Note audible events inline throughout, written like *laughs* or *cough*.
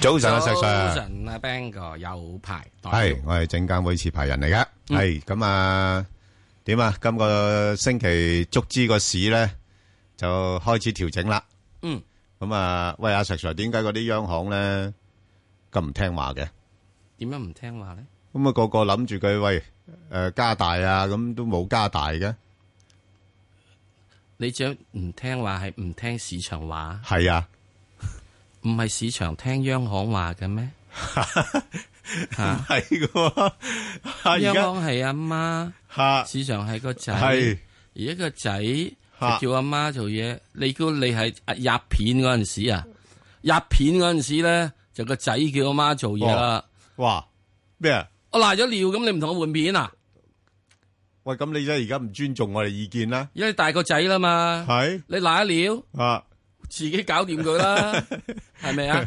早晨啊，石 Sir 早。晨啊，Bang 哥有排代表系，我係證監會持牌人嚟噶。嗯係咁啊，點啊？今個星期足資個市咧就開始調整啦。嗯，咁啊，喂，阿石 Sir，點解嗰啲央行咧咁唔聽話嘅？點樣唔聽話咧？咁啊，個個諗住佢喂诶加大啊，咁都冇加大嘅。 *laughs* 你想唔聽話係唔聽市場話，係啊，唔係市場聽央行話嘅咩？嚇系噶，啊而央家行係阿媽，吓市場係個仔，係而家個仔嚇就叫阿媽做嘢。你估你係入片嗰陣時啊？入片嗰陣時咧，就個仔叫阿媽做嘢哦啦。哇咩啊？我賴咗尿，咁你唔同我換片啊？喂，咁你真係而家唔尊重我哋意見啦？因為你大個仔啦嘛，係你賴咗尿。啊，自己搞掂 *laughs* 佢啦，係咪啊？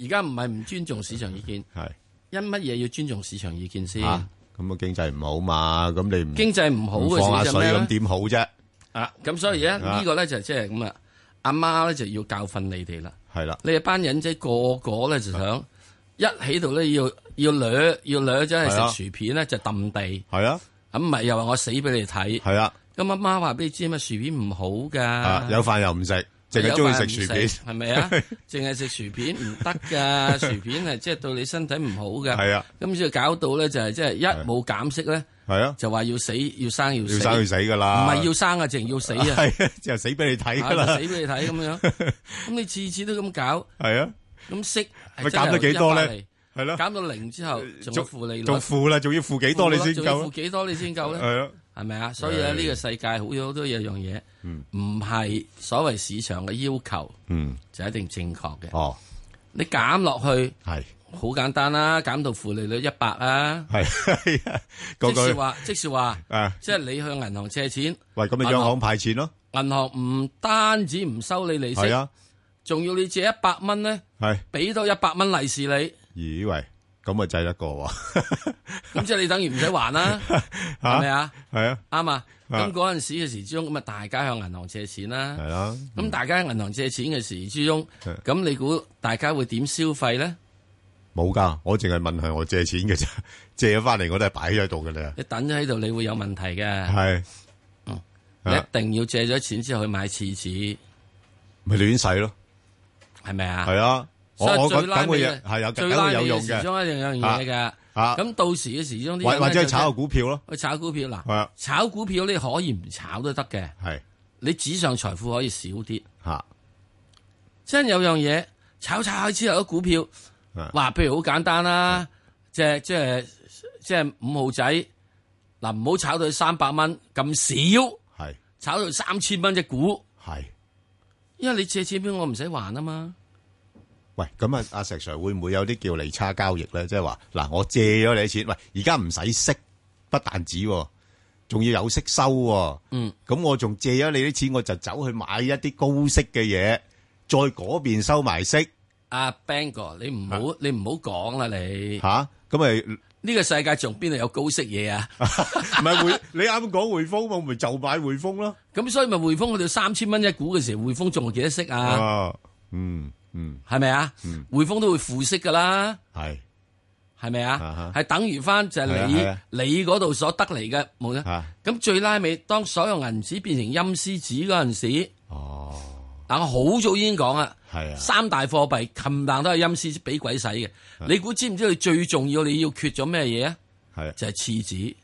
而家唔係唔尊重市場意見，係因乜嘢要尊重市場意見先？吓，咁啊經濟唔好嘛，咁你唔經濟唔好唔放下嘅時水候咁就咩點好啫？啊？咁所以咧啊呢個咧就即係咁啊，阿媽咧就要教訓你哋啦。係啦，你哋班人仔個個咧就啊想一起度咧要要掠要掠，真係啊係食薯片咧就揼地，係啊，咁唔係又話我死俾你睇。係啊，咁阿媽話俾你知咩薯片唔好啊㗎。有飯又唔食，淨係中意食薯片，係 *laughs* 咪啊？淨係食薯片唔得噶，薯片係即係對你身體唔好噶。係啊，咁所以搞到咧就係即係一係冇減息咧，係啊，就話要死要生要要死，生要死㗎唔啦，係要生啊，淨要死 *laughs* 啊，係啊，就死俾你睇㗎啊啦死，俾你睇咁樣。咁你次次都咁搞，係啊，咁息咪減咗幾多咧？係咯，減到零之後，仲有負利率仲，負啦，仲要負幾多你先仲要夠負？幾多你先夠咧？係啊，係咪啊？所以咧係呢個世界好有好多嘢樣嘢，唔係所謂市場嘅要求嗯，就一定正確嘅。哦，你減落去。係好簡單啦，減到負利率一百啊！係係啊，嗰即 *laughs* 是個話，即是話，啊，即係你向銀行借錢，喂，咁咪央行派錢咯，銀行唔單止唔收你利息係，啊，仲要你借一百蚊咧，係，俾多一百蚊 *laughs* 利是你，咦喂，咁啊制得過喎，咁即係你等於唔使還啦，係咪啊？係啊，啱啊！啊咁嗰陣時嘅時之中，咁啊大家向銀行借錢係啦，啦，咁大家喺銀行借錢嘅時之中，係咁你估大家會點消費咧？冇㗎，我淨係問向我借錢嘅啫， *laughs* 借咗翻嚟我都係擺喺度㗎啦，你等咗喺度，你會有問題嘅，係。你啊一定要借咗錢之後去買廁紙，咪亂使咯，係咪啊？係啊，我所以我最覺得拉梗會尾有嘅係有最梗拉會尾有用嘅時嘅，鐘一定有樣嘢㗎。啊咁到時嘅時鐘啲或人或者去咧就炒下股票咯，去炒股票係嗱啊，炒股票你可以唔炒都得嘅，係你紙上財富可以少啲。吓真有樣嘢炒炒開之後，啲股票啊話譬如好簡單啦，即係即係即係五號仔嗱，唔好炒到三百蚊咁少，係炒到三千蚊只股，係。因為你借錢俾我唔使還啊嘛。喂，咁啊，阿石 Sir 會唔會有啲叫利差交易咧？即係話嗱，我借咗你啲錢，喂，而家唔使息，不但止喎，仲要有息收喎。嗯，咁我仲借咗你啲錢，我就走去買一啲高息嘅嘢，再嗰邊收埋息阿 Bang 哥，你唔好你唔好講啦，你吓，咁咪呢個世界仲邊度有高息嘢啊？唔係匯？你啱啱講匯豐，我咪就買匯豐咯。咁所以咪匯豐去到三千蚊一股嘅時候，匯豐仲有幾多息啊？啊，嗯嗯，係咪啊？匯豐都會負息噶啦，係。係咪啊啊？係等於翻就係係啊你你嗰度所得嚟嘅冇啦。啊咁最拉尾，當所有銀紙變成陰司紙嗰陣時，哦，嗱我好早已經講啦，係啊，三大貨幣冚唪唥都係陰司紙俾鬼使嘅。你估知唔知佢最重要你要缺咗咩嘢啊？係啊，就係廁紙，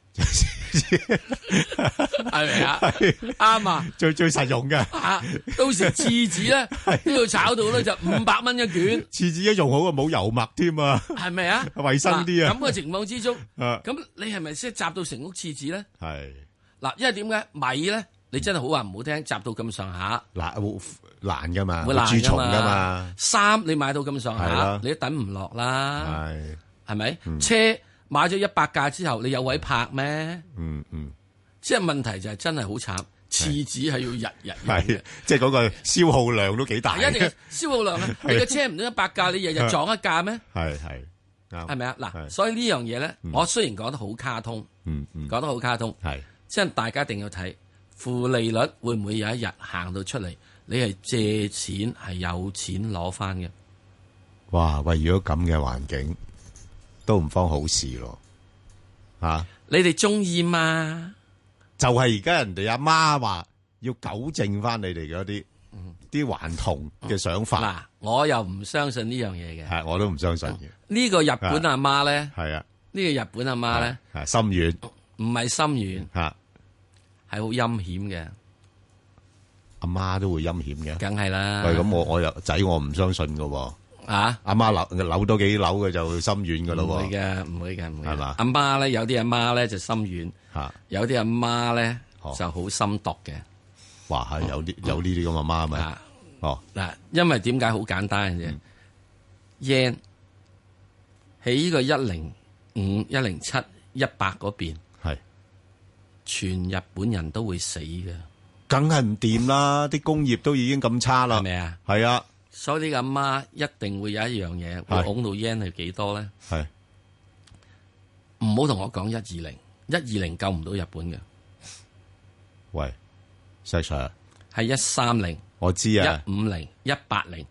係咪啊？啱啊！最最實用嘅，啊！到時廁紙咧都要炒到咧就五百蚊一卷，廁紙一用好啊，冇油墨添啊，係咪啊？衞生啲啊嗱咁嘅情況之中，啊，咁你係咪先集到成屋廁紙咧？係嗱，因為點解米咧你真係好話唔好聽，集到咁上下難會難噶嘛，會會爛啊蛀蟲㗎噶嘛，。衫你買到咁上係下啦，你都等唔落啦，係嗯係咪？車買咗一百架之後，你有位拍咩？嗯嗯，即係問題就係真係好慘，廁紙係要日日用嘅係即係嗰個消耗量都幾大，一定係係啊消耗量啊！你嘅車唔到一百架，你日日撞一架咩？係啱，係咪啊？嗱，係所以呢樣嘢咧，我雖然講得好卡通，嗯嗯講得好卡通，係即係大家一定要睇負利率會唔會有一日行到出嚟，你係借錢係有錢攞翻嘅。哇喂！如果咁嘅環境都唔方好事咯，啊！你哋中意嘛？就係而家人哋阿媽話要糾正翻你哋嗰啲啲頑童嘅想法，嗱，我又唔相信呢樣嘢嘅。係我都唔相信嘅，呢個日本阿媽咧，係啊，呢個日本阿媽啊咧，係心軟唔係心軟，吓，啊係好陰險嘅，阿媽都會陰險嘅。梗係啦。喂，咁我我有仔，我唔相信噶喎。啊，阿媽扭扭多幾扭嘅就心軟噶唔咯會喎。嘅，唔會嘅，唔會嘅。係嘛阿媽咧，有啲阿媽咧就心軟，吓，有啲阿媽咧哦就好心毒嘅。哇，係有啲有呢啲咁嘅媽咪。嗯哦啊，哦，嗱，因為點解好簡單嘅啫？yen 喺呢個一零五、一零七、一百嗰邊，係，全日本人都會死嘅，啊梗係唔掂啦，啲工業都已經咁差啦係。咪啊？係啊，所以呢個阿媽一定會有一樣嘢，會係拱到 yen 係幾多咧？係唔好同我講一二零，一二零救唔到日本嘅，喂，石 Sir，係一三零、我知一啊。五零、一八零。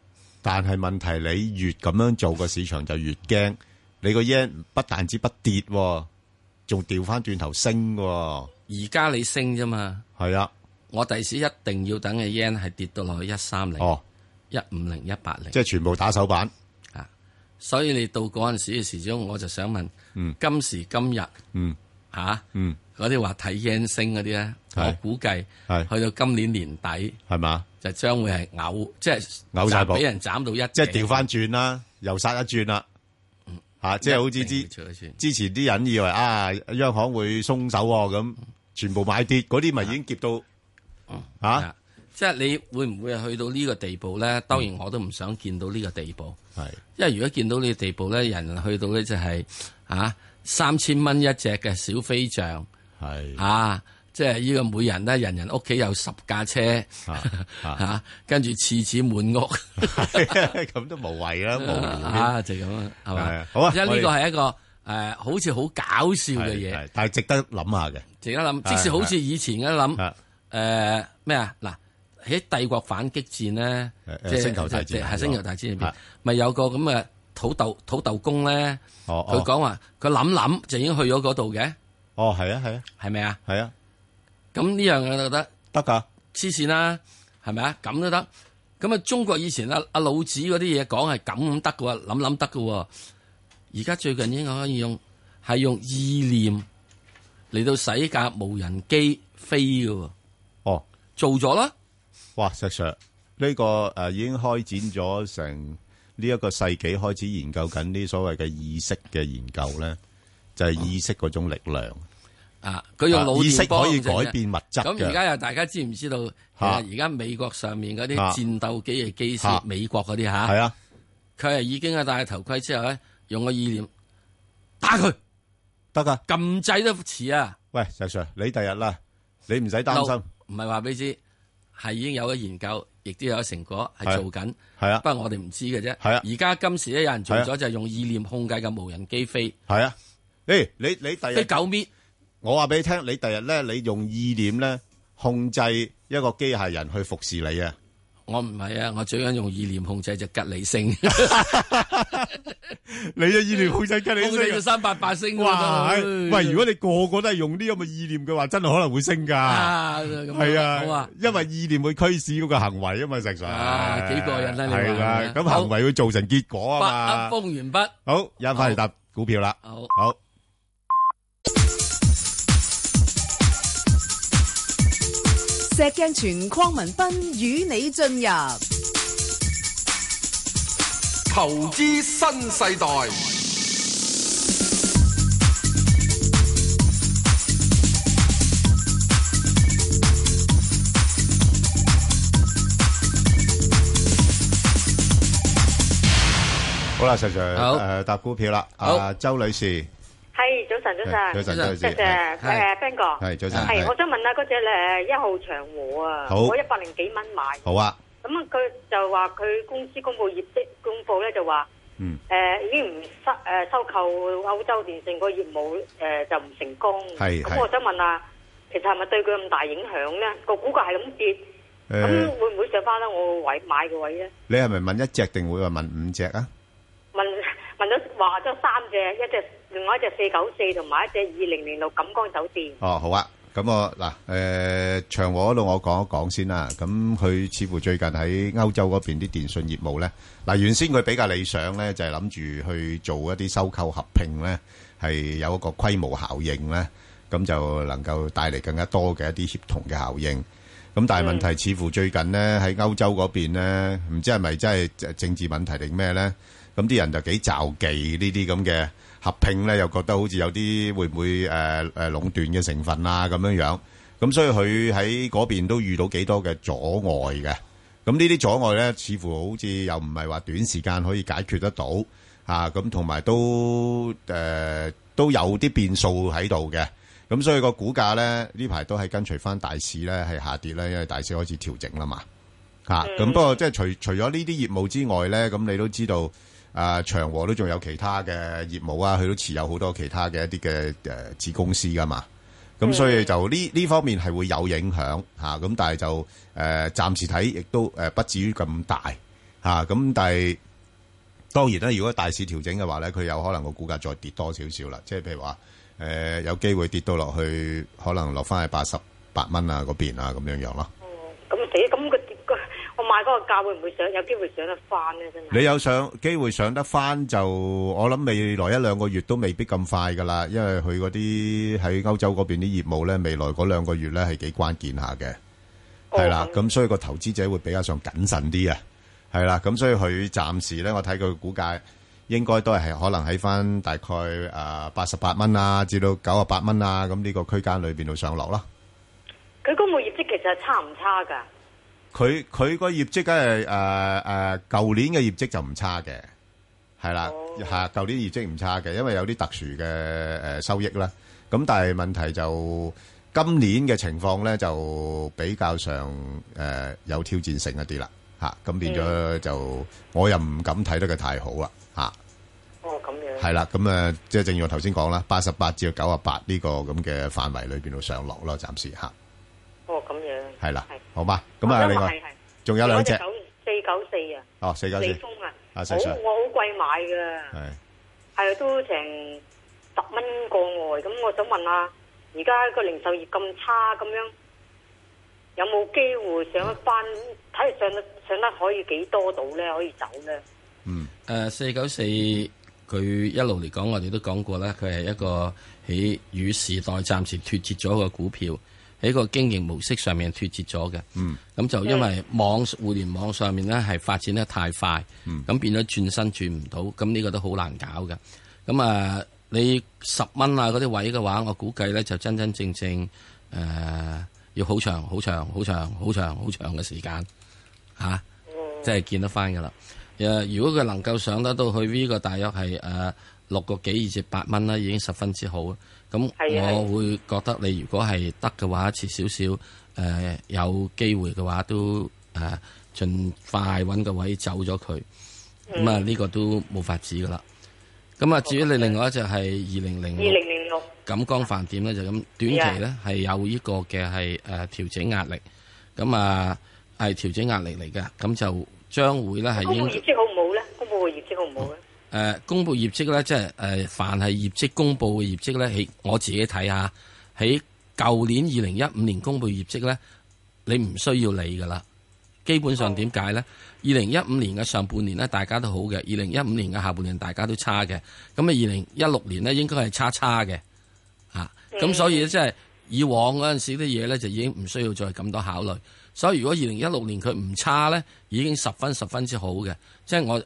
但係問題你越咁樣做個市場就越驚，你個 yen 不但止不跌喎，仲調翻轉頭升喎。而家你升啫嘛，係啊，我第時一定要等嘅 yen 係跌到落去一三零、哦，一五零、一八零即。係全部打手板。啊，所以你到嗰陣時嘅時鐘，我就想問，今時今日，嗯嚇，嗯，嗰啲話睇 yen 升嗰啲咧，係我估計係去到今年年底係嘛？就將會係嘔，即係嘔晒斬步俾人斬到一，即係調翻轉啦，又殺一轉啦，嗯吓、即係好似之之之前啲人以為啊，央行會鬆手喎咁，全部買跌，嗰啲咪已經夾到吓，啊，即係你會唔會去到呢個地步咧？當然我都唔想見到呢個地步，係因為如果見到呢個地步咧，人去到咧就係啊三千蚊一隻嘅小飛象。係啊，即係呢個每人咧，人人屋企有十架車，啊 *laughs* 嚇，跟住次次滿屋， *laughs* 咁都無謂啦，無聊啊，就咁啊，係係嘛啊？好啊因為呢個我係一個誒，好似好搞笑啲嘅係嘢，係但係值得諗下嘅，值得諗。係即使好似以前一諗啊誒咩啊嗱。喺帝國反擊戰呢，誒誒即係星球大戰即係係星球大戰入邊啊，咪有個咁嘅土豆土豆公咧，哦佢哦講話佢諗諗就已經去咗嗰度嘅，哦，係啊係啊係咪啊？係啊，咁呢樣嘢我覺得得噶，黐線啦，係咪啊？咁都得。咁啊，中國以前阿阿老子嗰啲嘢講係咁咁得嘅喎，諗諗得嘅喎。而家最近已經可以用係用意念嚟到使架無人機飛嘅喎，哦，做咗啦。哇，石 Sir 呢個誒已經開展咗成呢一個世紀開始研究緊啲所謂嘅意識嘅研究咧，就係意識嗰種力量。啊，佢用腦啊意識電波可以咁啫改變物質咁而嘅家又大家知唔知道？其嚇實而家美國上面嗰啲嚇戰鬥機嘅機師嚇，美國嗰啲嚇，係啊。佢係已經係戴頭盔之後咧，用個意念打佢，得噶，撳掣都遲啊！喂，石 Sir，你第日啦，你唔使擔嬲心，唔係話俾你知，係已經有咗研究，亦都有咗成果係係做緊，係啊不，過我哋唔知嘅啫。係啊而家今時咧有人做係啊咗就係用意念控制嘅無人機飛係啊，誒，你你第飛日，狗搣，我話俾你聽，你第日咧，你用意念咧控制一個機械人去服侍你啊，我唔係啊，我最緊用意念控制只吉 *laughs* 利星，你嘅意念控制吉控制咗三八八星㗎嘛。你個個都係用呢咁嘅意念嘅話，真係可能會升噶，啊咁樣係好啊。因為意念會驅使嗰個行為啊嘛，石 Sir，啊幾過癮啊你話係啦，咁好行為會造成結果北啊嘛，風完畢，好，有翻嚟答股票啦，好。好。石鏡泉邝文斌與你進入投資新世代，好啦，石 Sir，好诶，搭股票啦，好阿周女士，系早晨，早早晨，晨早晨多謝係誒 Ben 哥，係早晨係係我想問下嗰只誒一號長和啊，好我一百零幾蚊買，好啊，咁啊佢就話佢公司公布業績公佈咧就話嗯，誒已經唔收誒收購歐洲電信個業務誒就唔成功，係係咁我想問下，其實係咪對佢咁大影響咧？個股價係咁跌，诶咁，會唔會上翻咧我位買嘅位咧？你係咪問一隻定會話問五隻啊？問問咗話咗三隻，一隻另外一隻四九四同埋一隻二零零六錦江酒店。哦，好啊。咁我嗱，誒、長和嗰度我講一講先啦。咁佢似乎最近喺歐洲嗰邊啲電信業務咧，嗱原先佢比較理想咧，就係諗住去做一啲收購合併咧，係有一個規模效應咧，咁就能夠帶嚟更加多嘅一啲協同嘅效應。咁但係問題似乎最近呢，喺歐洲嗰邊呢，唔知係咪真係政治問題定咩呢？咁啲人就幾罩忌呢啲咁嘅合併呢，又覺得好似有啲會唔會誒誒、呃呃壟斷嘅成分啊咁樣樣。咁所以佢喺嗰邊都遇到幾多嘅阻礙嘅。咁呢啲阻礙呢，似乎好似又唔係話短時間可以解決得到啊。咁同埋都誒、呃都有啲變數喺度嘅。咁所以個股價咧呢排都係呃跟隨翻大市咧係下跌咧，因為大市開始調整啦嘛。吓啊咁、不過即係除除咗呢啲業務之外咧，咁你都知道啊、長和都仲有其他嘅業務啊，佢都持有好多其他嘅一啲嘅诶子公司噶嘛。咁所以就呢呢方面係會有影響嚇，咁、但係就誒、呃、暫時睇亦都誒、呃不至於咁大嚇，咁、但係當然啦，如果大市調整嘅話咧，佢有可能個股價再跌多少少啦，即係譬如話誒、呃有機會跌到落去，可能落翻去八十八蚊啊嗰邊啊咁樣樣咯。咁死咁個跌個我買嗰個價會唔會上有機會上得翻咧？真係你有上機會上得翻就，我諗未來一兩個月都未必咁快噶啦，因為佢嗰啲喺歐洲嗰邊啲業務咧，未來嗰兩個月咧係幾關鍵下嘅，哦係啦、咁所以個投資者會比較上謹慎啲啊，係啦，咁所以佢暫時咧，我睇佢股價應該都係可能喺翻大概誒八十八蚊啊，至到九十八蚊啊，咁呢個區間裏邊度上落啦。佢公務業績其實係差唔差㗎？佢佢個業績梗係誒誒舊年嘅業績就唔差嘅，係啦哦嚇，舊年業績唔差嘅，因為有啲特殊嘅誒、呃收益啦。咁但係問題就今年嘅情況咧，就比較上誒、呃有挑戰性一啲啦嚇，咁、變咗就、我又唔敢睇得佢太好啦嚇。哦，咁樣。係啦，咁啊，即係正如我頭先講啦，八十八至到九十八呢個咁嘅範圍裏邊度上落咯，暫時嚇哦，咁樣。係啦係，哦好嘛？咁啊，另外仲有兩隻九四九四啊，哦，四九利四。豐啊，啊好石 Sir 我好貴買㗎，係係都成十蚊個外。咁我想問下，而家個零售業咁差咁樣，有冇機會上得翻？睇下上得上得可以幾多度咧？可以走咧？誒呃四九四佢一路嚟講，我哋都講過啦，佢係一個喺與時代暫時脱節咗嘅股票，喺個經營模式上面脱節咗嘅。嗯，咁就因為網互聯網上面咧係發展得太快，咁、變咗轉身轉唔到，咁呢個都好難搞嘅。咁啊，你十蚊啊嗰啲位嘅話，我估計咧就真真正正誒、呃要好長、好長、好長、好長、好長嘅時間嚇。嗯即係見得翻噶啦。呃誒，如果佢能夠上得到去呢個大約係誒六個幾至八蚊啦，已經十分之好啦。咁係啊係啊我會覺得你如果係得嘅話，遲少少誒有機會嘅話，都誒、呃、盡快揾個位走咗佢。嗯咁啊，呢個都冇法子噶啦。咁啊，至於你另外一隻係二零零嗯二零零六。錦江飯店咧就咁短期咧係有呢個嘅係誒調整壓力，咁啊係調整壓力嚟嘅，咁就將會咧係公布應業績好唔好咧？公布個業績好唔好咧？誒呃公佈業績咧，即係誒凡係業績公佈嘅業績咧，喺我自己睇下，喺舊年二零一五年公佈業績咧，你唔需要理噶啦。基本上點解呢？二零一五年嘅上半年呢，大家都好嘅；二零一五年嘅下半年大家都差嘅。咁啊，二零一六年呢，應該係差差嘅啊。咁所以即係以往嗰陣時啲嘢呢，就已經唔需要再咁多考慮。所以如果二零一六年佢唔差呢，已經十分十分之好嘅。即係我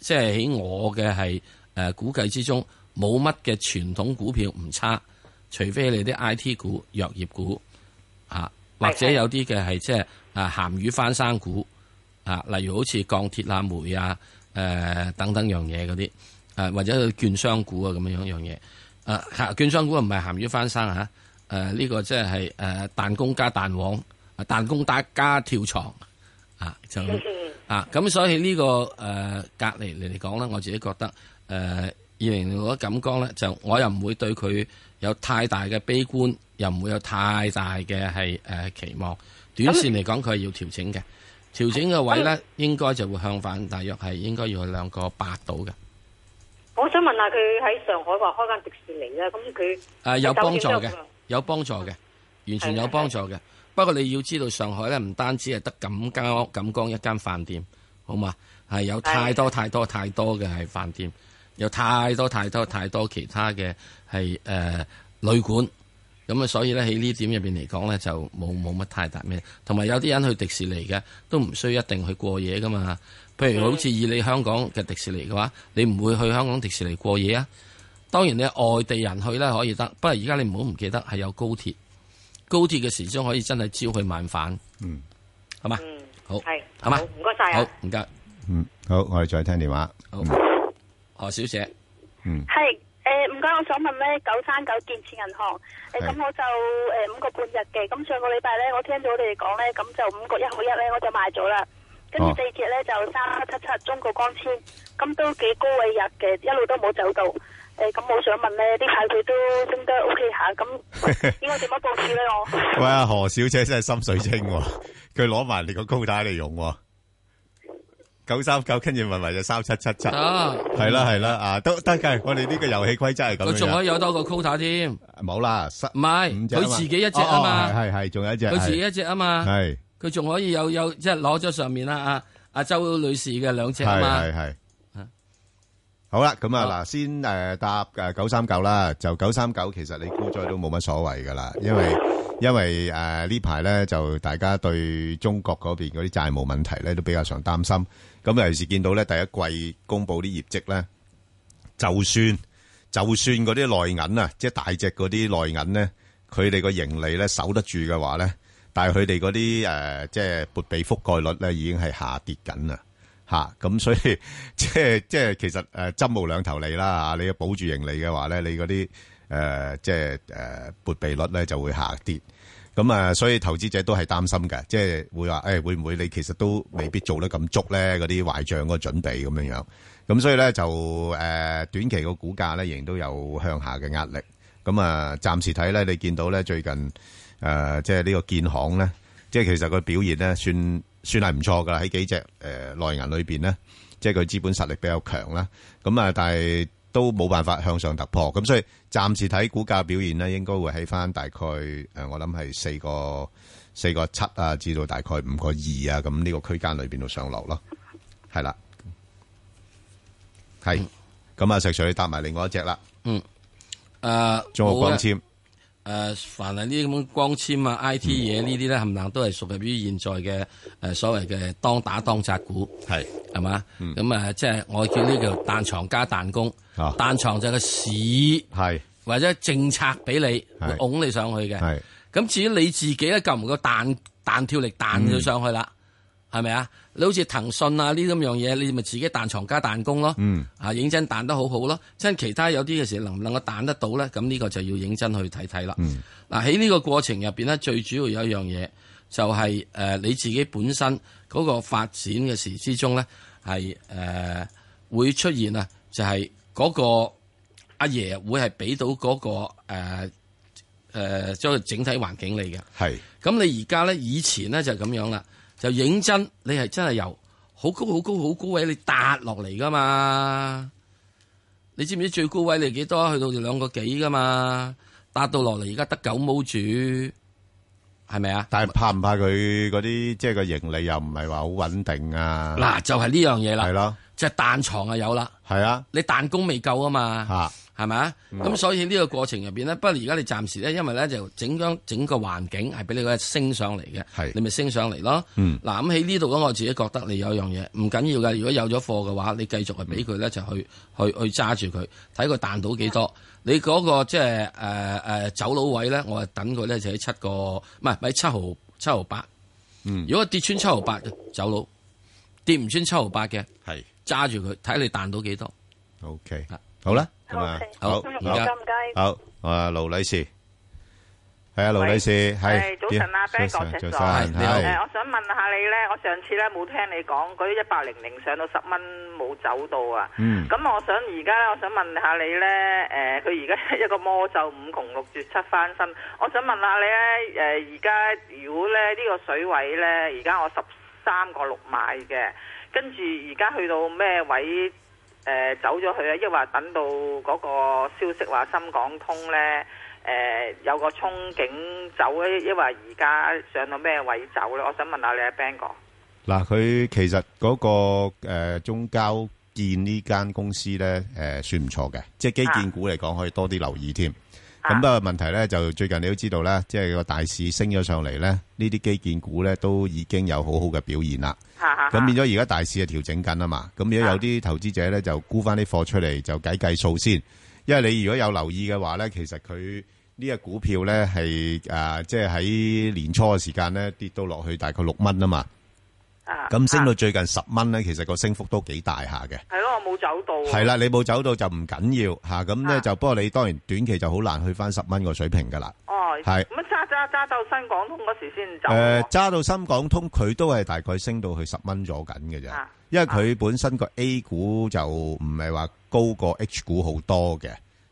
即係喺我嘅係誒估計之中，冇乜嘅傳統股票唔差，除非你啲 I T 股、藥業股啊，或者有啲嘅係即係啊鹹魚翻生股啊，例如好似鋼鐵啊、煤啊、誒、誒等等樣嘢嗰啲，誒或者券商股啊咁樣樣樣嘢。誒、券商股唔係鹹魚翻生嚇，誒、呢、個即係誒彈弓加彈簧，啊彈弓加加跳床啊就嗯咁啊咁，所以呢、個誒、隔離嚟嚟講咧，我自己覺得誒呃二零零六嘅感覺咧，就我又唔會對佢有太大嘅悲觀，又唔會有太大嘅係誒期望。短線嚟講，佢係要調整嘅。調整嘅位咧，應該就會向反，大約係應該要去兩個八度嘅。我想問下佢喺上海話開間迪士尼咧，咁佢誒、啊有幫助酒店嘅都有㗎，有幫助嘅，完全有幫助嘅。不過你要知道，上海咧唔單止係得錦江錦江一間飯店，好嘛？係有太多太多太多嘅係飯店，有太多太多太多其他嘅係誒旅館。咁啊，所以咧喺呢點入邊嚟講咧，就冇冇乜太大咩。同埋有啲人去迪士尼嘅，都唔需要一定去過夜噶嘛。譬嗯如好似以你香港嘅迪士尼嘅話，你唔會去香港迪士尼過夜啊。當然你外地人去咧可以得，不過而家你唔好唔記得係有高鐵，高鐵嘅時鐘可以真係朝去晚返。嗯，好嘛，嗯好係好嘛好唔該晒啊好唔該，嗯，好，我哋再聽電話。好嗯何小姐，系诶，誒唔、該，我想問咧，九三九建設銀行诶，誒咁、係我就诶、誒五個半日嘅，咁上個禮拜咧，我聽到你哋講咧，咁就五個一號一咧，我就買咗啦。跟住哦地鐵咧就三七七中國光纖，咁都幾高位入嘅，一路都冇走到。诶、咁我想問咧，啲牌佢都應該 O K 下，*laughs* 咁應該點樣佈置咧？我喂，阿何小姐真係心水清喎，佢攞埋你個高帶嚟用喎，九三九跟住問埋只三七七七，啊，係啦係啦，啊都得嘅，我哋呢個遊戲規則係咁佢樣仲可樣以，有多個 quota 添，唔冇啦，十係隻啊嘛佢自己一隻啊哦嘛，係係係，仲有一隻，佢自己一隻啊嘛，係佢仲可以有有即係攞咗上面啦，阿阿周女士嘅兩隻啊係嘛，係係啊。好啦，咁啊好嗱，先誒答誒九三九啦，就九三九其實你估咗都冇乜所謂噶啦，因為因為誒呢排咧就大家對中國嗰邊嗰啲債務問題咧都比較上擔心，咁尤其是見到咧第一季公布啲業績咧，就算就算嗰啲內銀啊，即係大隻嗰啲內銀咧，佢哋個盈利咧守得住嘅話咧，但係佢哋嗰啲誒即係撥備覆蓋率咧已經係下跌緊啦。吓，咁、所以即系即系其實诶針無兩頭利啦吓，你要保住盈利嘅話咧，你嗰啲诶即係诶撥備率咧就會下跌。咁啊，所以投資者都係擔心嘅，即係會話誒、哎、會唔會你其實都未必做得咁足咧？嗰啲壞帳嗰個準備咁樣樣，咁所以咧就誒、呃短期個股價咧仍然都有向下嘅壓力。咁啊，暫時睇咧，你見到咧最近誒、呃即係呢個建行咧，即係其實佢表現咧算算係唔錯㗎啦，喺幾隻誒、呃、內銀裏邊咧，即係佢資本實力比較強啦。咁啊，但係都冇辦法向上突破，咁所以暫時睇股價表現咧，應該會喺翻大概誒、呃我諗係四個四個七啊，至到大概五個二啊，咁呢個區間裏邊度上落咯，係啦，係。咁啊，石 Sir 你搭埋另外一隻啦，誒中國啊冇光啦纖。誒、凡係呢啲咁嘅光纖啊、IT 嗯嘢呢啲咧，冚唪唥都係屬於現在嘅誒、所謂嘅當打當擲股，係嗯係嘛？咁誒、啊即係我叫呢叫彈床加彈弓，啊彈床就係個市係或者政策俾你，係會拱你上去嘅。係咁至於你自己咧，夠唔夠彈彈跳力彈嗯咗上去啦？係咪啊？你好似騰訊啊呢啲咁樣嘢，你咪自己彈床加彈弓咯。嗯，啊認真彈得好好咯。真其他有啲嘅時能唔能夠彈得到咧？咁呢個就要認真去睇睇啦。嗯嗱喺呢個過程入邊咧，最主要有一樣嘢就係、呃你自己本身嗰個發展嘅時之中咧，係誒、呃、會出現啊，就係、嗰個阿爺會係俾到嗰、個誒誒、呃將佢整體環境你嘅。係咁你而家咧，以前咧就係咁樣啦，就認真，你係真係由好高好高好高位你搭落嚟噶嘛？你知唔知最高位你幾多？去到兩個幾噶嘛？搭到落嚟而家得九毛主，係咪啊？但係怕唔怕佢嗰啲即係個盈利又唔係話好穩定啊？嗱，就係呢樣嘢係啦，咯，就係彈床啊有啦，係啊，你彈弓未夠啊嘛。吓係咪啊？嗯咁所以呢個過程入邊咧，不過而家你暫時咧，因為咧就整張整個環境係俾你個升上嚟係嘅，你咪升上嚟咯。嗯嗱咁喺呢度咧，我自己覺得你有一樣嘢唔緊要嘅。如果有咗貨嘅話，你繼續係俾佢咧就去去去揸住佢，睇佢彈到幾多。你嗰個即係誒誒走佬位咧，我係等佢咧就喺七個，唔係喺七毫七毫八。如果跌穿七毫八嘅走佬，跌唔穿七毫八嘅，係揸住佢睇你彈到幾多。 ，OK，啊。好啦，咁啊，好，好，唔而好，家該唔該。好，啊，盧女士。係啊，盧喂。女士，係，誒，早晨啊，早晨， Ben哥，早晨，早晨。係。誒、係，我想問下你呢，我上次呢冇聽你講嗰啲一百零零上到十蚊冇走到啊。嗯咁、我想而家呢，我想問下你呢，誒、佢而家 *laughs* 一個魔咒五窮六絕七翻身，我想問下你呢，誒、而家如果咧呢、呢個水位呢，而家我十三個六買嘅，跟住而家去到咩位？誒、走咗去啊，抑或等到嗰個消息話深港通呢，誒、有個憧憬走咧，抑或而家上到咩位走呢？我想問下你啊，Bang 哥，嗱，佢其實嗰個，誒，中交建呢間公司呢，誒，算唔錯嘅，即係基建啊。股嚟講，可以多啲留意添。啊。咁不過問題呢，就最近你都知道啦，即係個大市升咗上嚟呢，呢啲基建股呢，都已經有好好嘅表現啦。哈哈哈咁變咗而家大市係調整緊啊嘛，咁而家有啲投資者咧就沽翻啲貨出嚟就計計數先，因為你如果有留意嘅話咧，其實佢呢只股票咧係誒即係喺年初嘅時間咧跌到落去大概六蚊啊嘛，啊咁升啊到最近十蚊咧，其實個升幅都幾大下嘅。係咯，我冇走到，係，啦，你冇走到就唔緊要嚇，咁咧啊就不過你當然短期就好難去翻十蚊個水平㗎啦。哦，係咁揸揸揸到新港通嗰時先走诶，喎，揸到深港通，佢都係大概升到去十蚊咗緊嘅啫啊，因為佢本身個 A 股就唔係話高過 H 股好多嘅，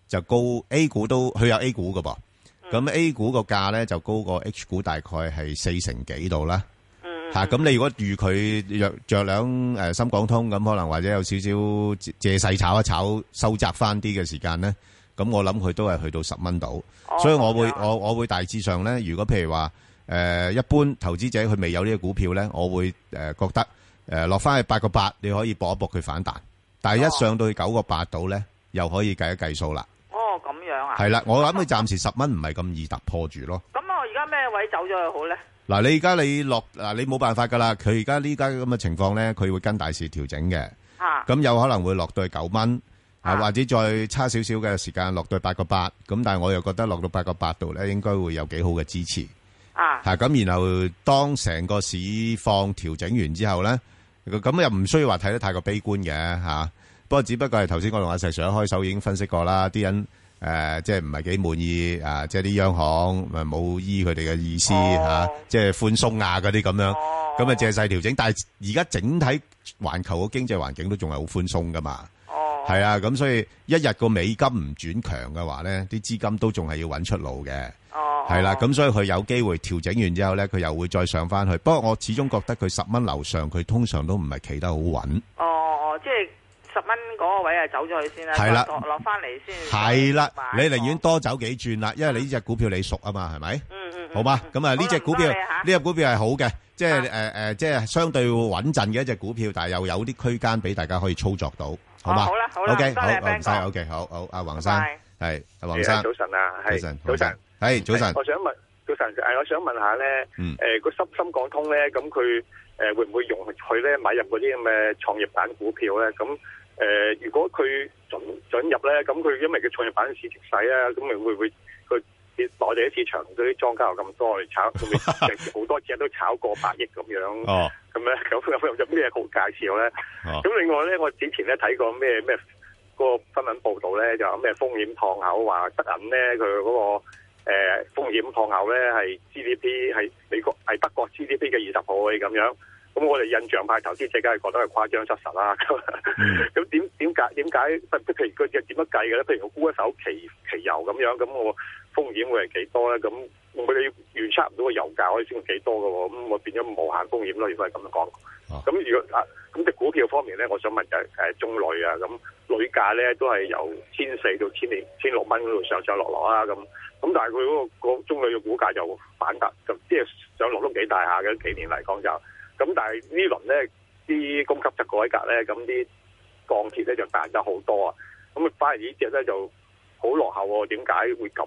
就高 A 股都佢有 A 股嘅噃，嗯咁 A 股個價咧就高過 H 股大概係四成幾度啦。嗯，吓，咁你如果預佢着着兩誒深港通咁，可能或者有少少借借勢炒一炒，收窄翻啲嘅時間咧，咁我諗佢都係去到十蚊度，哦所以我會咁樣我我會大致上咧，如果譬如話誒、呃一般投資者佢未有呢個股票咧，我會誒、呃、覺得誒落翻去八個八，你可以搏一搏佢反彈，但係哦一上到去九個八度咧，又可以計一計數啦，哦咁樣啊，係啦，我諗佢暫時十蚊唔係咁易突破住咯。咁我而家咩位走咗去好呢？嗱，你而家你落嗱，你冇辦法噶啦。佢而家呢家咁嘅情況咧，佢會跟大市調整嘅，嚇，咁有可能會落到去九蚊，啊啊或者再差少少嘅時間落到八個八。咁但係我又覺得落到八個八度咧，應該會有幾好嘅支持啊，嚇。咁、然後當成個市況調整完之後咧，咁又唔需要話睇得太過悲觀嘅嚇。不過只不過係頭先我同阿石 Sir 一開手已經分析過啦，啲人。誒、即係唔係幾滿意啊！即係啲央行咪冇依佢哋嘅意思嚇、哦即係寬鬆啊嗰啲咁樣，哦咁啊借勢調整。但係而家整體環球嘅經濟環境都仲係好寬鬆噶嘛，哦，係啊，咁所以一日個美金唔轉強嘅話咧，啲資金都仲係要揾出路嘅，哦，係啦。咁所以佢有機會調整完之後咧，佢又會再上翻去。不過我始終覺得佢十蚊樓上，佢通常都唔係企得好穩。哦哦，即係十蚊嗰個位啊，走咗去先啦，係啦落落翻嚟先，係啦，你寧寧願多走幾轉啦，因為你呢只股票你熟啊嘛，係咪？嗯嗯，嗯好嘛，咁啊呢只股票好啦唔該你啊呢只股票係好嘅，即係啊诶诶，即係相對穩陣嘅一隻股票，但係又有啲區間俾大家可以操作到，好嘛？好啦好啦 o k 唔該你好，啊哦唔 Ben 使哥，OK，好好，阿黃生拜係阿黃係生啊，早晨啊，早係晨，黃早晨，生，係早晨，我想問早晨，誒，我想問下咧嗯，誒個深深港通咧，咁佢誒會唔會容許咧買入嗰啲咁嘅創業板股票咧？咁誒，如果佢準準入咧，咁佢因為佢創業板市值細啊，咁咪會唔會佢內地嘅市場嗰啲莊家又咁多嚟炒，會唔會好多隻都炒過百億咁樣？哦咁咧，咁咁有咩好介紹咧？哦，咁另外咧，我之前咧睇過咩咩嗰個新聞報道咧，就話咩風險敞口啊話德銀咧佢嗰個誒風險敞口咧係 GDP 係美國係德國 GDP 嘅二十倍咁樣。咁我哋印象派投資者梗係覺得係誇張失實啦。咁 *laughs* 咁點點解點解譬如佢點點樣計嘅咧？譬如我沽一手期期油咁樣，咁我風險會係幾多咧？咁我哋預測唔到個油價可以升到幾多嘅喎，咁我變咗無限風險咯。如果係咁樣講。咁如果啊，咁只股票方面咧，我想問就係誒中旅啊，咁旅價咧都係由千四到千零千六蚊嗰度上上落落啦，咁咁但係佢嗰個個中旅嘅股價就反彈，就即係上落都幾大下嘅，幾年嚟講就咁，但係呢輪咧啲供給側改革咧，咁啲鋼鐵咧就彈得好多啊，咁反而呢只咧就好落後喎，點解會咁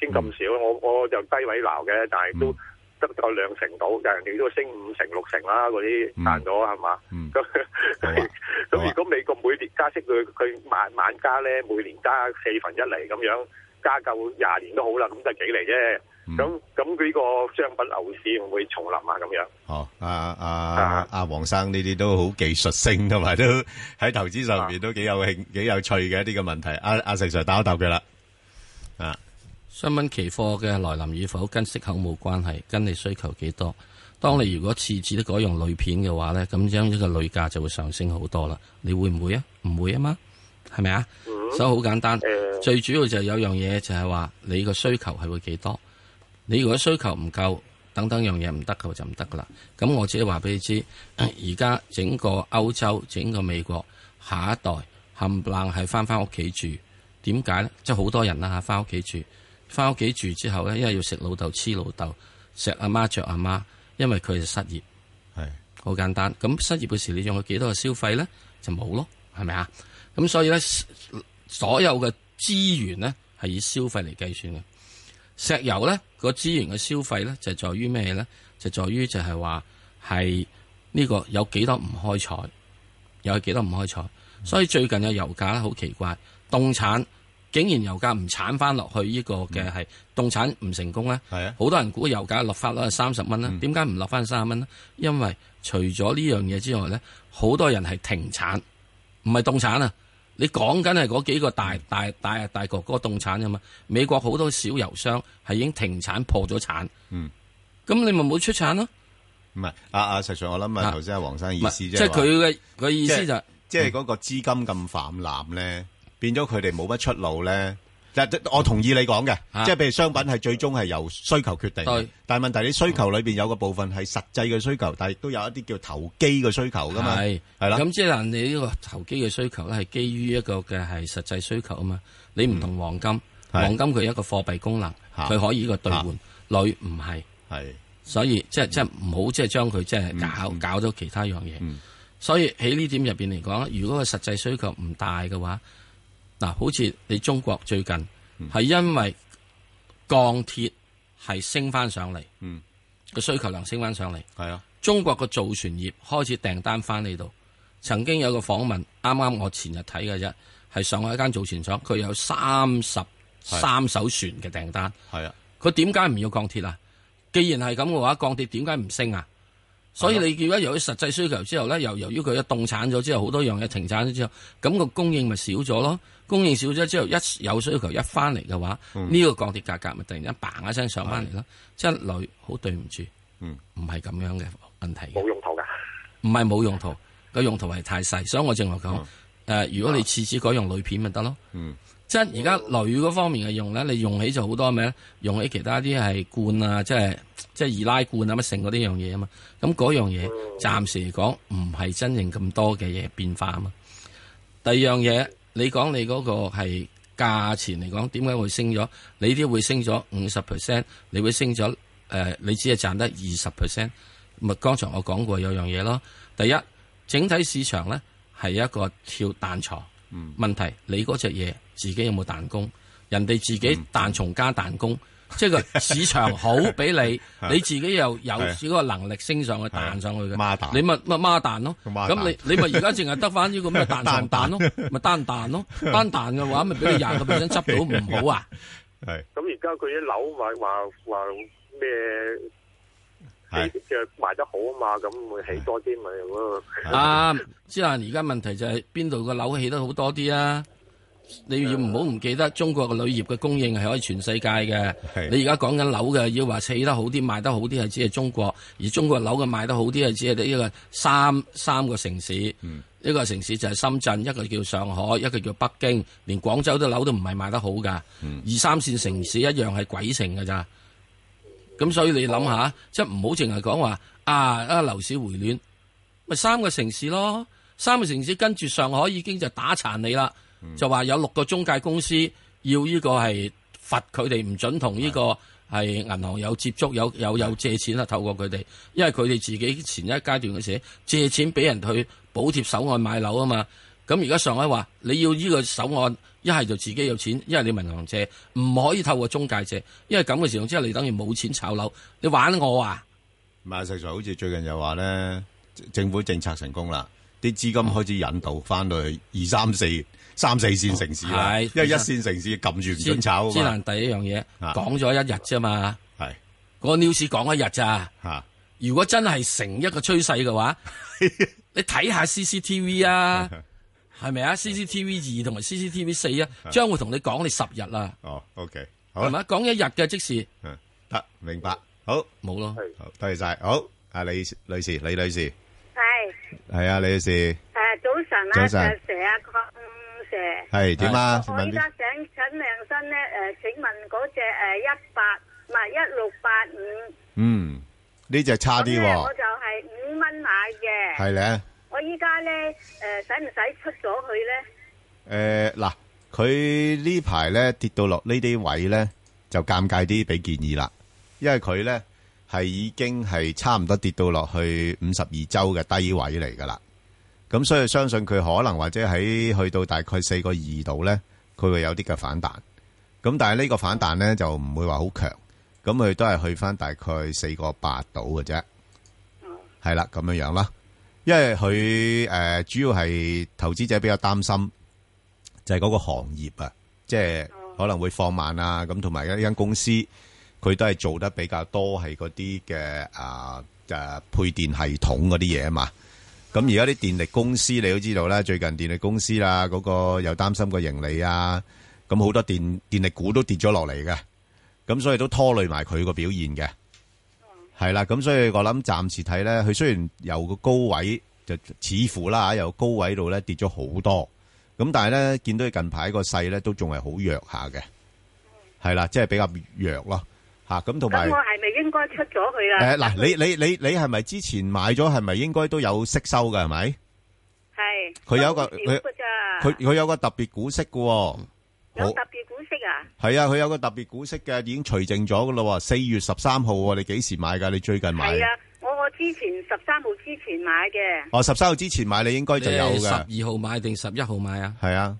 先咁少？我我就低位鬧嘅，但係都嗯。得個兩成到，但係人哋都升五成六成啦，嗰啲嗯賺咗係嘛？ *laughs* 嗯，咁好啊好啊咁如果美國每年加息佢佢晚晚加咧，每年加四分一嚟咁樣，加夠廿年都好啦，咁就幾嚟啫。嗯咁咁佢呢個商品牛市會唔會重臨啊？咁樣哦，阿阿阿黃生呢啲都好技術性，同埋都 *laughs* 喺投資上邊都幾有興、幾有趣嘅一啲嘅問題。阿阿石 Sir 打一答佢啦。啊，商品期貨嘅來臨與否跟息口冇關係，跟你需求幾多。當你如果次次都改用鋁片嘅話咧，咁將呢個鋁價就會上升好多啦。你會唔會啊？唔會啊嘛，係咪啊？所以好簡單，最主要就係有樣嘢就係話你個需求係會幾多。你如果需求唔夠，等等樣嘢唔得嘅就唔得噶啦。咁我只係話俾你知， *clears throat* 而家整個歐洲、整個美國下一代冚唪唥係翻翻屋企住。點解呢？即係好多人啦嚇，翻屋企住，翻屋企住之後呢，因為要食老豆、黐老豆、錫阿媽、着阿媽，因為佢哋失業。係好簡單。咁失業嘅時，你仲有幾多嘅消費呢？就冇咯，係咪啊？咁所以呢，所有嘅資源呢，係以消費嚟計算嘅。石油呢個資源嘅消費呢，就在於咩呢？就在於就係話係呢個有幾多唔開採，有幾多唔開採。所以最近嘅油價咧好奇怪，凍產竟然油價唔產翻落去呢個嘅係凍產唔成功呢。係啊，好多人估油價落翻落去三十蚊啦，嗯點解唔落翻三十蚊呢？因為除咗呢樣嘢之外呢，好多人係停產，唔係凍產啊！你講緊係嗰幾個嗯大大大大國嗰個凍產啫嘛。美國好多小油商係已經停產破咗產，嗯，咁你咪冇出產咯。唔係阿阿石 Sir，我諗啊頭先阿黃生意思即係話佢嘅佢意思就係即係嗰個資金咁泛濫咧，變咗佢哋冇乜出路咧。但我同意你講嘅，啊即係譬如商品係最終係由需求決定嘅對，但係問題你需求裏邊有個部分係實際嘅需求，但係亦都有一啲叫投機嘅需求噶嘛，係係啦，咁即係嗱你呢個投機嘅需求咧，係基於一個嘅係實際需求啊嘛。你唔同黃金，嗯係黃金佢有一個貨幣功能，嚇佢可以個兌換，鋁唔係，係所以即係即係唔好即係將佢即嗯係搞搞咗其他樣嘢。所以喺呢點入邊嚟講，如果個實際需求唔大嘅話，嗱，好似你中國最近嗯係因為鋼鐵係升翻上嚟，嗯個需求量升翻上嚟。係啊，中國個造船業開始訂單翻嚟度。曾經有個訪問，啱啱我前日睇嘅啫，係上海一間造船廠，佢有三十三艘船嘅訂單。係啊，佢點解唔要鋼鐵啊？既然係咁嘅話，鋼鐵點解唔升啊？所以你見咗由於實際需求之後咧，又由於佢一凍產咗之後，好多樣嘢停產咗之後，咁、個供應咪少咗咯？供應少咗之後，一有需求一翻嚟嘅話，呢、個鋼鐵價格咪突然間嘭一聲上翻嚟咯。即係女好對唔住，嗯唔係咁樣嘅問題嘅。冇用途㗎。唔係冇用途，個用途係太細，所以我正話講，誒、如果你次次改用鋁片咪得咯。嗯，即係而家鋁嗰方面嘅用咧，你用起就好多咩咧？用起其他啲係罐啊，即係即係易拉罐啊乜剩嗰啲樣嘢啊嘛。咁嗰樣嘢暫時嚟講唔係真正咁多嘅嘢變化啊嘛。第二樣嘢，你講你嗰個係價錢嚟講，點解會升咗？你啲會升咗五十 percent，你會升咗誒、呃你只係賺得二十 percent。咪剛才我講過有樣嘢咯。第一，整體市場咧係一個跳彈床。嗯問題你嗰隻嘢自己有冇彈弓？人哋自嗯己彈從加彈弓，即係 *laughs* 個市場好俾你，你自己又有係少個能力升上去係彈上去嘅。孖彈你咪咪孖彈咯。孖咁你你咪而家淨係得翻 *laughs* 呢個咩彈床彈咯，咪單彈咯。單彈嘅話，咪俾你廿個 percent 執到唔好啊！係咁而家佢啲樓話話話咩係即係賣得好啊嘛，咁會起多啲咪咯。啊，之但而家問題就係邊度個樓起得好多啲啊？你要唔好唔記得中國嘅鋁業嘅供應係可以全世界嘅係。你而家講緊樓嘅，要話起得好啲、賣得好啲係只係中國，而中國樓嘅賣得好啲係只係呢個三三個城市。一個城市就係深圳，一個叫上海，一個叫北京，連廣州啲樓都唔係賣得好噶。二三線城市一樣係鬼城㗎咋。咁所以你諗下，即係唔好淨係講話啊啊樓市回暖，咪三個城市咯，三個城市跟住上海已經就打殘你啦，嗯就話有六個中介公司要呢個係罰佢哋唔准同呢個係銀行有接觸，有有有借錢啦，啊透過佢哋，因為佢哋自己前一階段嘅時借錢俾人去補貼首按買樓啊嘛。咁而家上海話你要呢個首按，一係就自己有錢，一係你民行借，唔可以透過中介借，因為咁嘅時候之後你等於冇錢炒樓，你玩我啊！唔係，實在好似最近又話咧，政府政策成功啦，啲資金開始引導翻到去二三四、三四線城市啦，係因為一線城市撳住唔先准炒先啊嘛難，第一樣嘢啊講咗一日啫嘛，係個 news 講一日咋。嚇如果真係成一個趨勢 *laughs* 嘅話，你睇下 CCTV 啊，係咪啊？CCTV 二同埋 CCTV 四啊， *laughs* 將會同你講你十日啦，哦，OK，好係啦，咪？啊講一日嘅即時嗯得明白，好，冇咯。好多謝晒，好，阿李女士，李女士，系係啊，李女士，À, 诶，早晨早啊，晨石啊，邝石。係點啊？我依問家啲想請梁生咧，誒、ờ, 請問嗰只誒一八唔係一六八 ừ, 五，嗯，呢只差咁啲咧我喎，就係 ừ, 五蚊買嘅。係咧。我依家咧 ờ, 誒，使唔使出咗佢咧？诶，呃嗱、佢呢排咧跌到落呢啲位咧，就尷尬啲俾建議啦，因為佢咧係已經係差唔多跌到落去五十二周嘅低位嚟噶啦，咁所以相信佢可能或者喺去到大概四個二度咧，佢會有啲嘅反彈，咁但係呢個反彈咧就唔會話好強，咁佢都係去翻大概四個八度嘅啫，係啦咁樣樣啦，因為佢诶、呃主要係投資者比較擔心。就係嗰個行業啊，即係可能會放慢啊，咁同埋一間公司佢都係做得比較多係嗰啲嘅啊誒配電系統嗰啲嘢啊嘛。咁而家啲電力公司你都知道啦，最近電力公司啦，嗰、個又擔心個盈利啊，咁好多電電力股都跌咗落嚟嘅，咁所以都拖累埋佢個表現嘅。係啦，咁所以我諗暫時睇咧，佢雖然由個高位就似乎啦，由高位度咧跌咗好多，咁但係咧見到佢近排個勢咧都仲係好弱下嘅，係啦，即係比較弱咯吓，咁同埋咁我係咪應該出咗佢 à? 啦？誒嗱，你你你你係咪之前買咗係咪應該都有息收嘅係咪？係佢有一個都好少㗎咋佢佢有個特別股息嘅喎，有特別股息 à? 啊？係啊，佢有個特別股息嘅已經除淨咗嘅咯喎，四月十三號喎，你幾時買㗎？你最近買係？ờ, 啊，我我之前十三號之前買嘅，哦，十三號之前買你應該 *laughs* 就有你十嘅，二號買定十一號買啊？係啊。。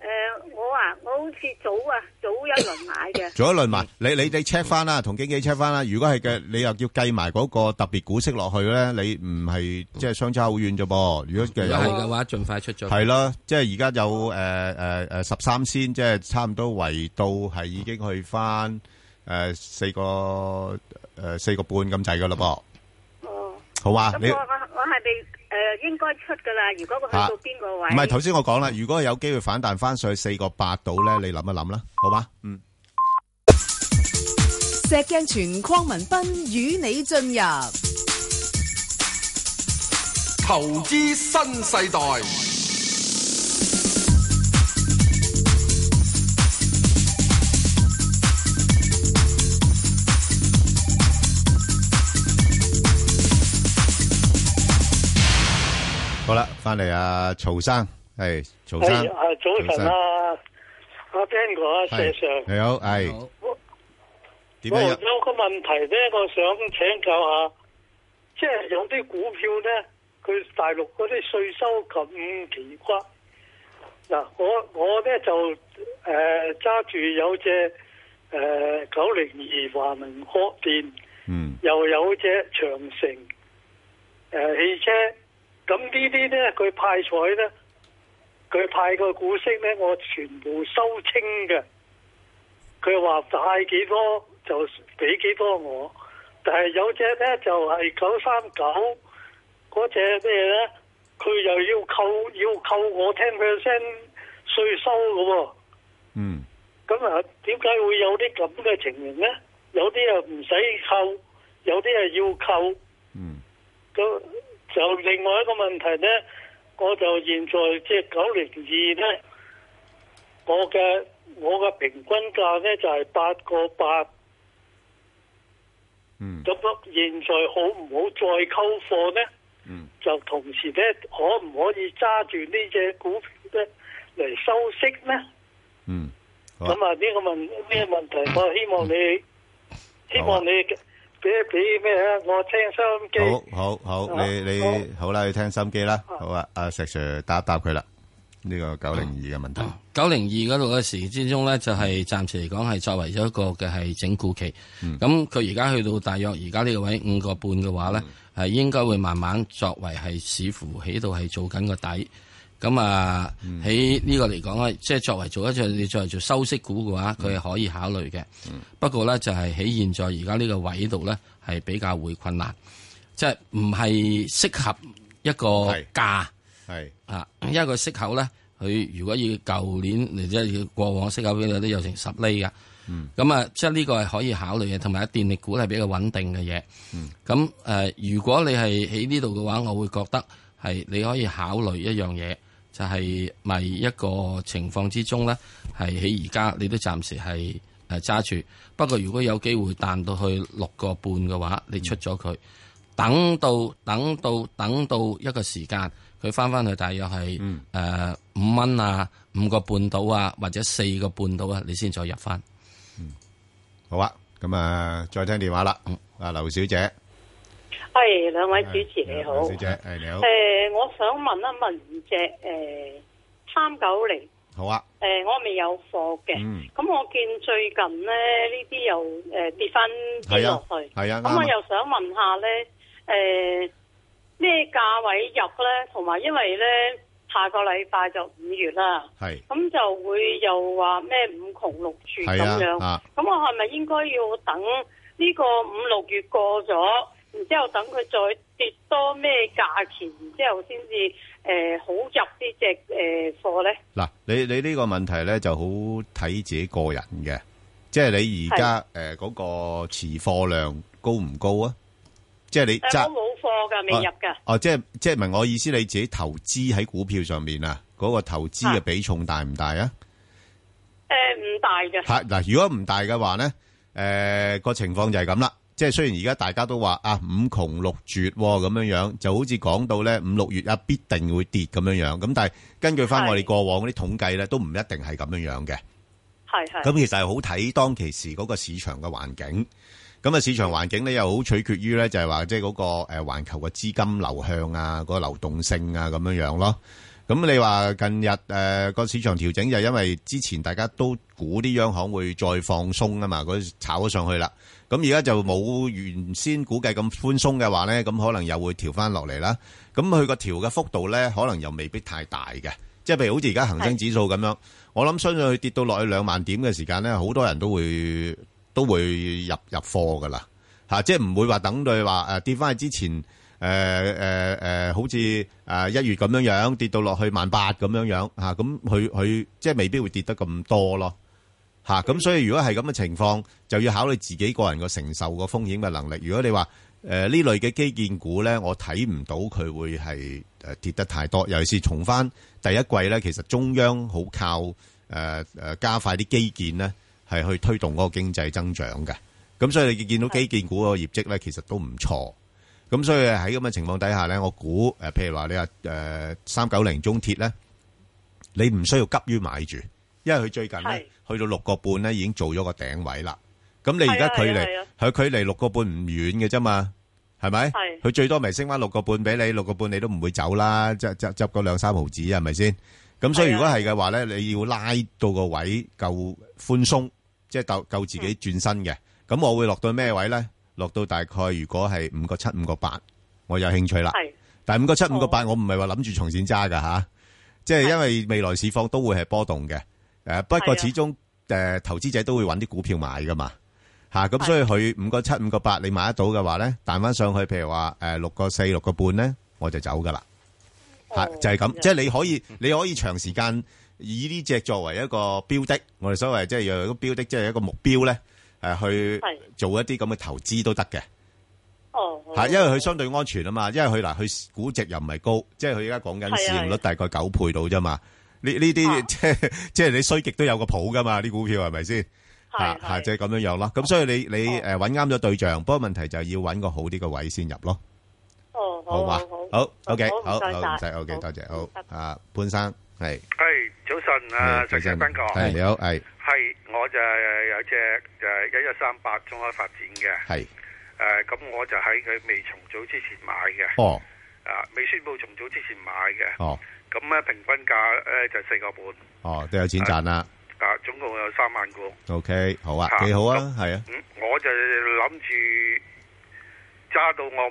誒、Ờ, 我 à, 啊，我好似早啊，早一輪買嘅做一輪埋，你你你 check 翻啦，同經紀 check 翻啦。如果係嘅，你又要計埋嗰個特別股息落去咧，你唔係即係相差好遠啫噃。如果嘅如果係有嘅話，盡快出咗佢。係啦，即係而家有诶诶诶十三仙，即係差唔多圍到係已經去翻诶四個诶四個半咁滯噶啦噃，哦，好嘛？你咁我我我係 ờ, 咪誒應該出啊㗎啦？如果佢去嚇到邊個位？唔係頭先我講啦，如果有機會反彈翻上去四個八度咧，你諗一諗啦，好嘛？嗯。石鏡泉匡文斌與你進入投資新世代，好啦，翻嚟啊，曹生，系曹系生，啊，早晨啊，阿 Ben 哥啊，曹生，石系 Sir，你好，系好点我解有有？個問題咧，我想請教下，即係有啲股票咧，佢大陸嗰啲税收咁奇怪。嗱，我我咧就誒揸住有隻誒九零二華能殼電，嗯又有隻長城誒、呃汽車，咁呢啲咧佢派彩咧，佢派個股息咧，我全部收清嘅。佢話派幾多就俾幾多我，但係有隻咧就係九三九嗰只咩咧，佢又要扣要扣我 ten percent 税收嘅喎、嗯，咁啊，點解會有啲咁嘅情形咧？有啲又唔使扣，有啲係要扣。嗯。咁就另外一個問題咧，我就現在即係九零二咧，我嘅我嘅平均價咧就係八個八。嗯。咁啊現在好唔好再溝貨咧？嗯。就同時咧，可唔可以揸住呢只股票咧嚟收息咧？嗯，好啊咁啊，呢個問呢個問題，我希望你希望你啊俾俾咩啊？我聽收音機。好好好，你你好啦，你聽心機啦，好啊，阿石 Sir 答一答佢啦，呢個九零二嘅問題。九零二嗰度嘅時之中咧，就係暫時嚟講係作為咗一個嘅係整固期。咁佢而家去到大約而家呢個位五個半嘅話咧，係、應該會慢慢作為係似乎喺度係做緊個底。咁啊，喺呢個嚟講咧，即係作為做一隻你作為做收息股嘅話，佢係可以考慮嘅。不過咧，就係喺現在而家呢個位度咧，係比較會困難，即係唔係適合一個價。係啊，因為佢息口咧，佢如果要舊年嚟即係要過往息口邊度都有成十厘噶。咁啊，即係呢個係可以考慮嘅，同埋電力股係比較穩定嘅嘢。咁誒、呃如果你係喺呢度嘅話，我會覺得係你可以考慮一樣嘢，就係、咪一個情況之中咧，係喺而家你都暫時係誒呃揸住。不過如果有機會彈到去六個半嘅話，你出咗佢。等到等到等到一個時間，佢翻翻去大約係誒五蚊啊，五個半到啊，或者四個半到啊，你先再入翻。好啊，咁啊，再聽電話啦。啊，劉小姐，系兩嗯位主持你好，劉小姐，係你好，诶、我想問一問只诶三九零，好啊，诶、我未有貨嘅，嗯咁、我見最近咧呢啲又诶、誒跌翻啲係落啊去，係啊咁、啱我啊又想問下咧，诶、咩價位入咧？同埋因為咧下個禮拜就五月啦，係咁就會又話咩五窮六絕咁係啊樣，咁、啊我係咪應該要等呢個五六月過咗，然之後等佢再跌多咩價錢，然之後先至誒好入呢只誒貨咧？嗱，你你呢個問題咧就好睇自己個人嘅，即係你而家誒嗰個持貨量高唔高啊？即係你誒、揸我冇貨㗎，未入㗎。哦，即係即係明我意思，你自己投資喺股票上面啊，嗰、個投資嘅比重大唔大啊？誒呃唔、大嘅，吓嗱，如果唔大嘅話咧，诶、個情況就係咁啦。即係雖然而家大家都話啊五窮六絕喎咁樣樣，就好似講到咧五六月啊必定會跌咁樣樣。咁但係根據翻我哋過往嗰啲統計咧，都唔一定係咁樣樣嘅。係係。咁其實係好睇當其時嗰個市場嘅環境。咁啊，市場環境咧又好取決於咧，就係話即係嗰個誒環球嘅資金流向啊，嗰個流動性啊咁樣樣咯。咁你話近日誒個市場調整就係因為之前大家都估啲央行會再放鬆啊嘛，嗰炒咗上去啦。咁而家就冇原先估計咁寬鬆嘅話咧，咁可能又會調翻落嚟啦。咁佢個調嘅幅度咧，可能又未必太大嘅。即係譬如好似而家恒生指數咁樣，我諗相信佢跌到落去兩萬點嘅時間咧，好多人都會都會入入貨噶啦嚇，即係唔會話等佢話誒跌翻去之前誒誒誒，好似誒一月咁樣樣跌到落去萬八咁樣樣嚇，咁佢佢即係未必會跌得咁多咯。吓，咁、所以如果係咁嘅情況，就要考慮自己個人個承受個風險嘅能力。如果你話诶呃呢類嘅基建股咧，我睇唔到佢會係诶跌得太多，尤其是重翻第一季咧，其實中央好靠诶诶、呃加快啲基建咧，係去推動嗰個經濟增長嘅。咁所以你見到基建股個業績咧，其實都唔錯。咁所以喺咁嘅情況底下咧，我估诶、呃譬如話你話诶三九零中鐵咧。你唔需要急於買住，因為佢最近咧去到六個半咧已經做咗個頂位啦。咁你而家距係啊離係啊佢距離六個半唔遠嘅啫嘛，係咪？係佢最多咪升翻六個半俾你，六個半你都唔會走啦，執執執嗰兩三毫子係咪先？咁所以如果係嘅話咧，你要拉到個位夠寬鬆，即係夠夠自己轉身嘅。咁我會落到咩位咧？落到大概如果係五個七、五個八，我有興趣啦。係但係五個七、五個八，我唔係話諗住從線揸㗎吓，即係因為未來市況都會係波動嘅。诶、不過始終诶、誒投資者都會揾啲股票買噶嘛，吓、咁所以佢五個七、五個八你買得到嘅話咧，彈翻上去，譬如話诶六個四、六個半咧，我就走噶啦。吓、就係咁，即係你可以你可以長時間以呢只作為一個標的，我哋所謂即係有一個標的，即係一個目標咧，诶、去係做一啲咁嘅投資都得嘅。哦，係，因為佢相對安全啊嘛，因為佢嗱，佢估值又唔係高，即係佢而家講緊市盈率大概九倍到啫嘛。呢呢啲即係即係你衰極都有個譜噶嘛，啲股票係咪先？嚇嚇，就係咁樣樣咯。咁所以你你誒揾啱咗對象，不過問題就係要揾個好啲嘅位先入咯，哦，好好嘛好好？好，OK，好唔好，該好唔使晒，OK，多謝，好拜拜啊，潘生係，系早晨啊，係石石斌哥，係你好，係係我就係有隻就係一一三八中海發展嘅，係誒咁、我就喺佢未重組之前買嘅，哦啊未宣布重組之前買嘅，哦，咁咧平均價咧就四個半，哦，都有錢賺啦。啊，總共有三萬股。 OK，好啊，幾好啊，係啊，嗯，我就諗住揸到我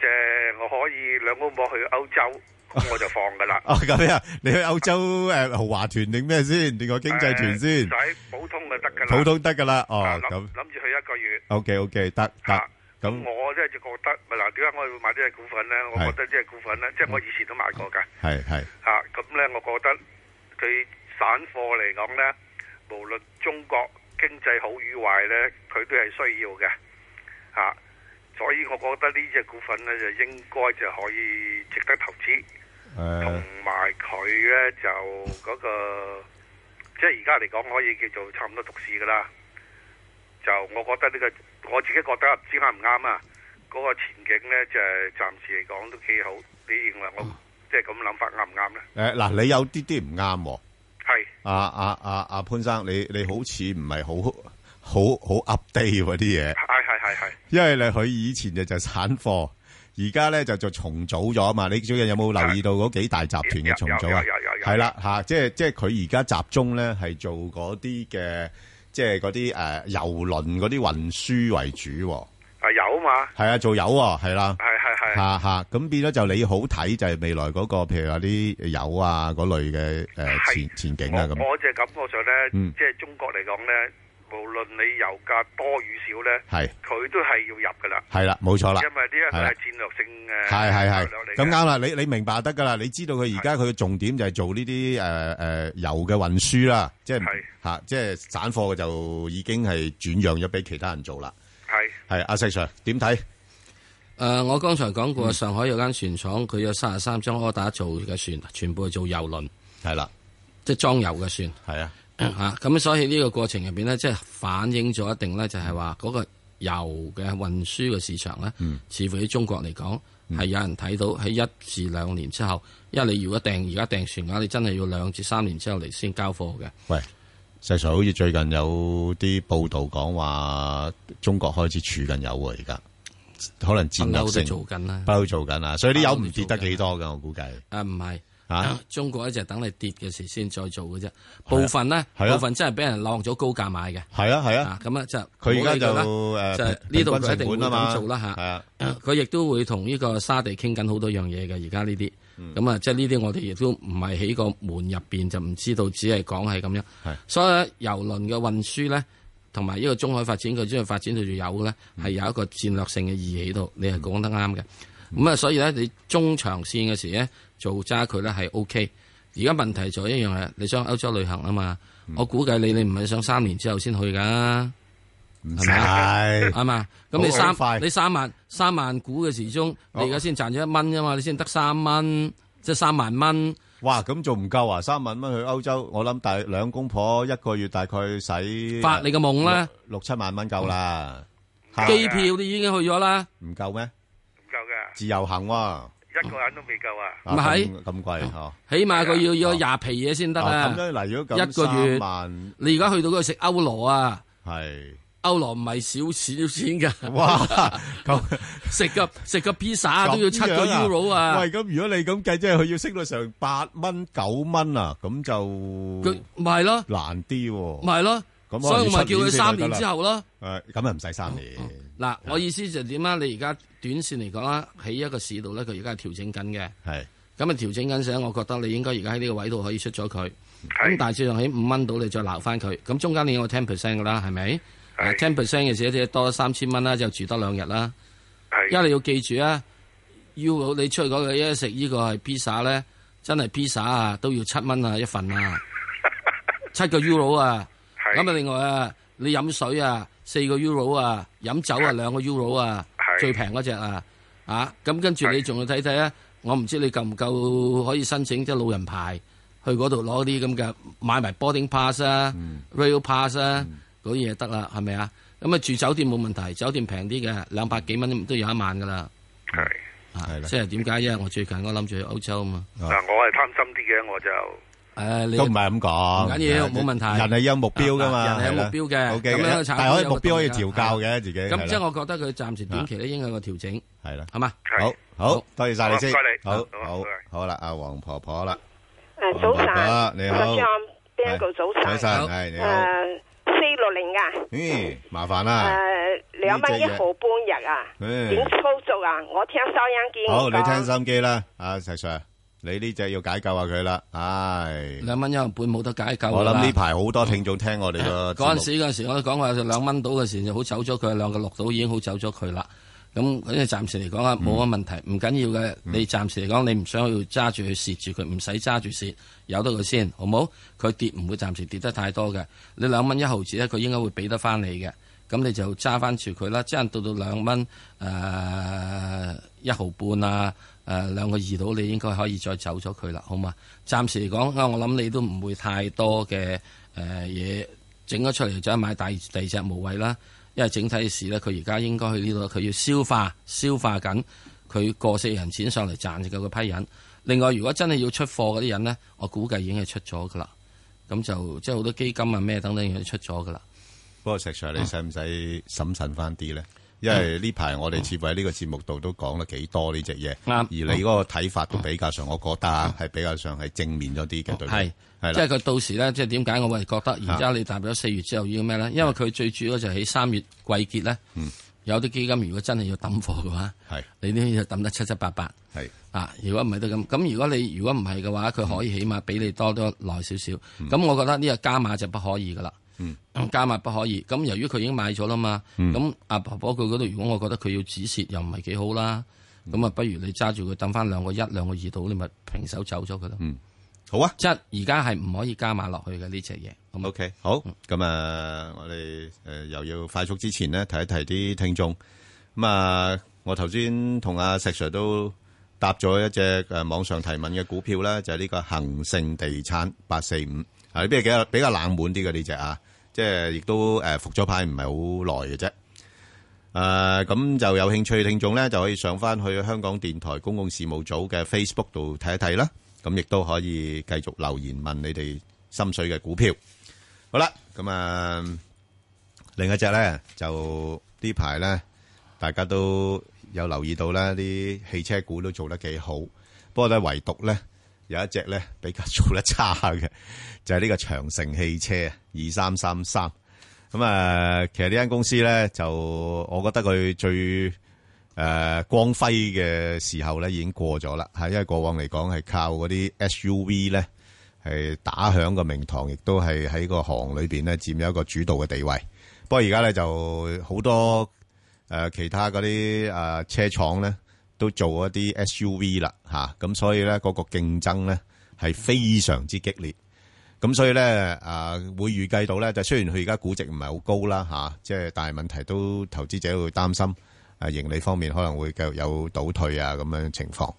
即係我可以兩公婆去歐洲，咁我就放噶啦。哦咁 *laughs* 啊，你去歐洲诶豪華團定咩先？定個經濟團先誒？唔使普通就得噶啦，普通得㗎啦哦啊諗咁諗住去一個月。 OK OK，得得，咁我咧就覺得，嗱，點解我要買呢隻股份咧？我係覺得呢隻股份咧，即係我以前都買過㗎。係係嚇，啊咁咧，我覺得佢散貨嚟講咧，無論中國經濟好與壞咧，佢都係需要嘅嚇、啊所以我覺得呢只股份咧就應該就可以值得投資，诶同埋佢咧就嗰、個即係而家嚟講可以叫做差唔多獨市噶啦。就我覺得呢、個我自己覺得唔知啱唔啱啊，嗰、個前景咧就係暫時嚟講都幾好。你認為我即係咁諗法啱唔啱咧？诶嗱，你有啲啲唔啱喎。係啊啊啊啊潘生，你你好似唔係好好好 update 嗰啲嘢，係係係係。因為你佢以前就就散貨，而家咧就就重組咗嘛。你最近有冇留意到嗰幾大集團嘅重組啊有有有有？有係啦，吓，即係即系佢而家集中咧係做嗰啲嘅，即係嗰啲诶郵輪嗰啲運輸為主喎。啊有嘛，係啊，做油喎，係啦，係係係吓吓，咁變咗就你好睇就係未來嗰個，譬如話啲油啊嗰類嘅诶前前景啊咁。我就感覺上咧，嗯即係中國嚟講咧，無論你油價多與少咧，係佢都係要入噶啦，係啦冇錯啦因為呢一個係啦係戰略性誒，係係係策略嚟，嘅咁啱啦，你你明白得噶啦，你知道佢而家佢嘅重點就係做呢啲诶诶油嘅運輸啦，即係吓，即系散貨嘅就已經係轉讓咗俾其他人做啦。係係阿石 Sir 點睇？诶、呃我剛才講過，上海有間船廠，佢有三十三張 order 做嘅船，全部係做油輪，係啦，即係裝油嘅船，系啊，吓咁、所以呢個過程入边咧，即係反映咗一定咧，就係話嗰個油嘅運輸嘅市場咧，嗯似乎喺中國嚟講係有人睇到喺一至兩年之後，因為你如果訂而家訂船嘅話，你真係要兩至三年之後嚟先交貨嘅。喂，石 Sir 好似最近有啲報道講話中國開始儲緊油喎，而家可能戰略性不嬲都做緊啦不嬲做緊啊啦，所以啲油唔跌得幾多噶，我估計。啊，唔係啊，中國咧就係等你跌嘅時先再做嘅啫。部分咧，係啊部分真係俾人晾咗高價買嘅。係啊係啊，咁啊就佢而家就冇誒理佢平啦就係呢度佢一平定均成會本啊嘛咁做啦嚇。係啊佢亦都會同呢個沙地傾緊好多樣嘢嘅，而家呢啲。咁啊，即係呢啲我哋亦都唔係喺個門入邊就唔知道，只係講係咁樣。所以呢郵輪嘅運輸咧，同埋呢個中海發展，佢將佢發展到做有咧，係有一個戰略性嘅意義喺度。你係講得啱嘅。咁啊，所以咧，你中長線嘅時咧，做揸佢咧係 O K。而家問題就一樣係，你想歐洲旅行啊嘛，我估計你你唔係想三年之後先去㗎。唔係咪啊使 *laughs* 係嘛？咁好你好快三你三萬三萬股嘅時鐘，你而家先賺咗一蚊啫嘛，你先得三蚊，即係三萬蚊。哇，咁仲唔夠啊？三萬蚊去歐洲，我諗大兩公婆一個月大概使發你個夢啦六，六七萬蚊夠啦。嚇機票你已經去咗啦，唔夠咩？唔夠㗎，自由行喎，一個人都未夠啊！咪係咁咁貴嗬。起碼佢要要有廿皮嘢先得啊啊。哦咁樣嗱如果咁一個三月萬，你而家去到嗰度食歐羅啊，係 *laughs* 歐羅唔係少少錢㗎。哇！ *laughs* 咁食個食個 pizza 都要七個咁樣啊 euro 啊。喂，咁如果你咁計，即係佢要升到成八蚊九蚊啊，咁就佢咪咯，難啲喎。咪係咯，咁所以我咪可能叫要佢七先三就得年啦之後咯。誒，咁啊唔使三年。嗱，我意思就點啦？你而家短線嚟講啦，喺一個市度咧，佢而家係調整緊嘅。係咁啊調整緊時，我覺得你應該而家喺呢個位度可以出咗佢。咁大致上喺五蚊度，你再鬧翻佢。咁中間你有 ten percent 噶啦，係咪？ten 啊 percent 嘅時，即多三千蚊啦，就住多兩日啦。因為你要記住啊，U 你出去嗰個一食呢個係 pizza 咧，真係 pizza 啊都要七蚊啊一份啊，七個 euro 啊。咁啊，另外啊，你飲水啊四個 euro 啊，飲酒啊兩個 euro 啊，最平嗰只啊，啊咁跟住你仲要睇睇啊，我唔知你夠唔夠可以申請即係老人牌去嗰度攞啲咁嘅買埋 boarding pass 啊、rail 嗯 pass 啊嗰啲嘢得啦，係咪啊？咁啊住酒店冇問題，酒店平啲嘅，兩百幾蚊都有一晚噶啦。係係啦即係點解？因為我最近我諗住去歐洲啊嘛。嗱，我係貪心啲嘅，我就 *laughs* 誒，你都唔係咁講，唔緊要冇問題人係有目標噶嘛，啊人係有係啦目標嘅 OK，咁樣產品但係可以有個目標可以動力㗎調教嘅自己。咁即係係啦啊我覺得佢暫時短期咧應該有個調整。係啦，係嘛？好好，多謝晒你先好唔該你，好好好好啦，阿黃婆婆啦，诶，早晨，啊你好阿 John，Bingo，早晨，早晨係你好诶，四六零啊，咦，麻煩啦。诶，两蚊一毫半日啊，嗯点操作啊？我聽收音機好，我講你聽心機啦，啊石 Sir，你呢只要解救下佢啦，唉，兩蚊一毫半冇得解救㗎啦我諗呢排好多聽眾聽我哋個節目嗰陣時嗰陣時，我都講話兩蚊到嘅時就好走咗佢，兩個六到已經好走咗佢啦。咁因為暫時嚟講啊，嗯冇乜問題，唔緊要嘅。你暫時嚟講，你唔想要揸住去蝕住佢，唔使揸住蝕，由得佢先，好冇？佢跌唔會暫時跌得太多嘅。你兩蚊一毫子咧，佢應該會俾得翻你嘅。咁你就揸翻住佢啦，即係到到兩蚊誒一毫半啊，誒兩個二到，你應該可以再走咗佢啦，好嘛？暫時嚟講，啊我諗你都唔會太多嘅誒嘢整咗出嚟，就係買第二第二隻無謂啦。因為整體市咧，佢而家應該去呢度，佢要消化消化緊佢過四人錢上嚟賺嘅嗰批人。另外，如果真係要出貨嗰啲人咧，我估計已經係出咗噶啦。咁就即係好多基金啊咩等等嘢都出咗噶啦。不過石 Sir，你啊使唔使審慎翻啲咧？因為呢排我哋似乎喺呢個節目度都講得幾多呢只嘢，啱而你嗰個睇法都比較上，我覺得啊，係比較上係正面咗啲嘅，對唔對？哦係係即係啦，啊佢到時咧，即係點解我會覺得而家你踏入咗四月之後要咩咧？因為佢最主要就喺三月季結咧，嗯有啲基金如果真係要抌貨嘅話，係你呢要抌得七七八八。係啊，如果唔係都咁，咁如果你如果唔係嘅話，佢可嗯以起碼俾你多多耐少少。咁、我覺得呢個加碼就不可以噶啦。嗯加碼不可以。咁由於佢已經買咗啦嘛，嗯咁阿、婆婆佢嗰度，如果我覺得佢要止蝕又唔係幾好啦，嗯咁啊不如你揸住佢等翻兩個一、兩個二度，你咪平手走咗佢咯。嗯，好啊。即係而家係唔可以加碼落去嘅呢只嘢。 O K，好，咁啊，我哋诶又要快速之前咧，提一提啲聽眾。咁啊，我頭先同阿石 Sir 都答咗一隻诶网上提問嘅股票啦，就係呢個恒盛地產八四五，啊，呢啲係比較比较冷門啲嘅呢只啊，即係亦都诶復咗牌唔係好耐嘅啫。誒咁、就有興趣聽眾咧，就可以上翻去香港電台公共事務組嘅 Facebook 度睇一睇啦。咁亦都可以繼續留言問你哋心水嘅股票。好啦，咁啊，另一隻咧就呢排咧，大家都有留意到啦，啲汽車股都做得幾好。不過咧，唯獨咧有一隻咧比較做得差嘅，就係、呢個長城汽車二三三三。咁啊，其實呢間公司咧，就我覺得佢最誒、呃光輝嘅時候咧，已經過咗啦。係因為過往嚟講係靠嗰啲 SUV 咧，係打響個名堂，亦都係喺個行裏邊咧佔有一個主導嘅地位。不過而家咧就好多誒、呃其他嗰啲誒車廠咧，都做一啲 SUV 啦嚇，咁、所以啊咧嗰、個競爭咧係非常之激烈。咁所以咧，啊、會預計到咧，就雖然佢而家估值唔係好高啦，吓、即係但係問題都投資者會擔心，啊盈利方面可能會繼續有倒退啊咁樣情況。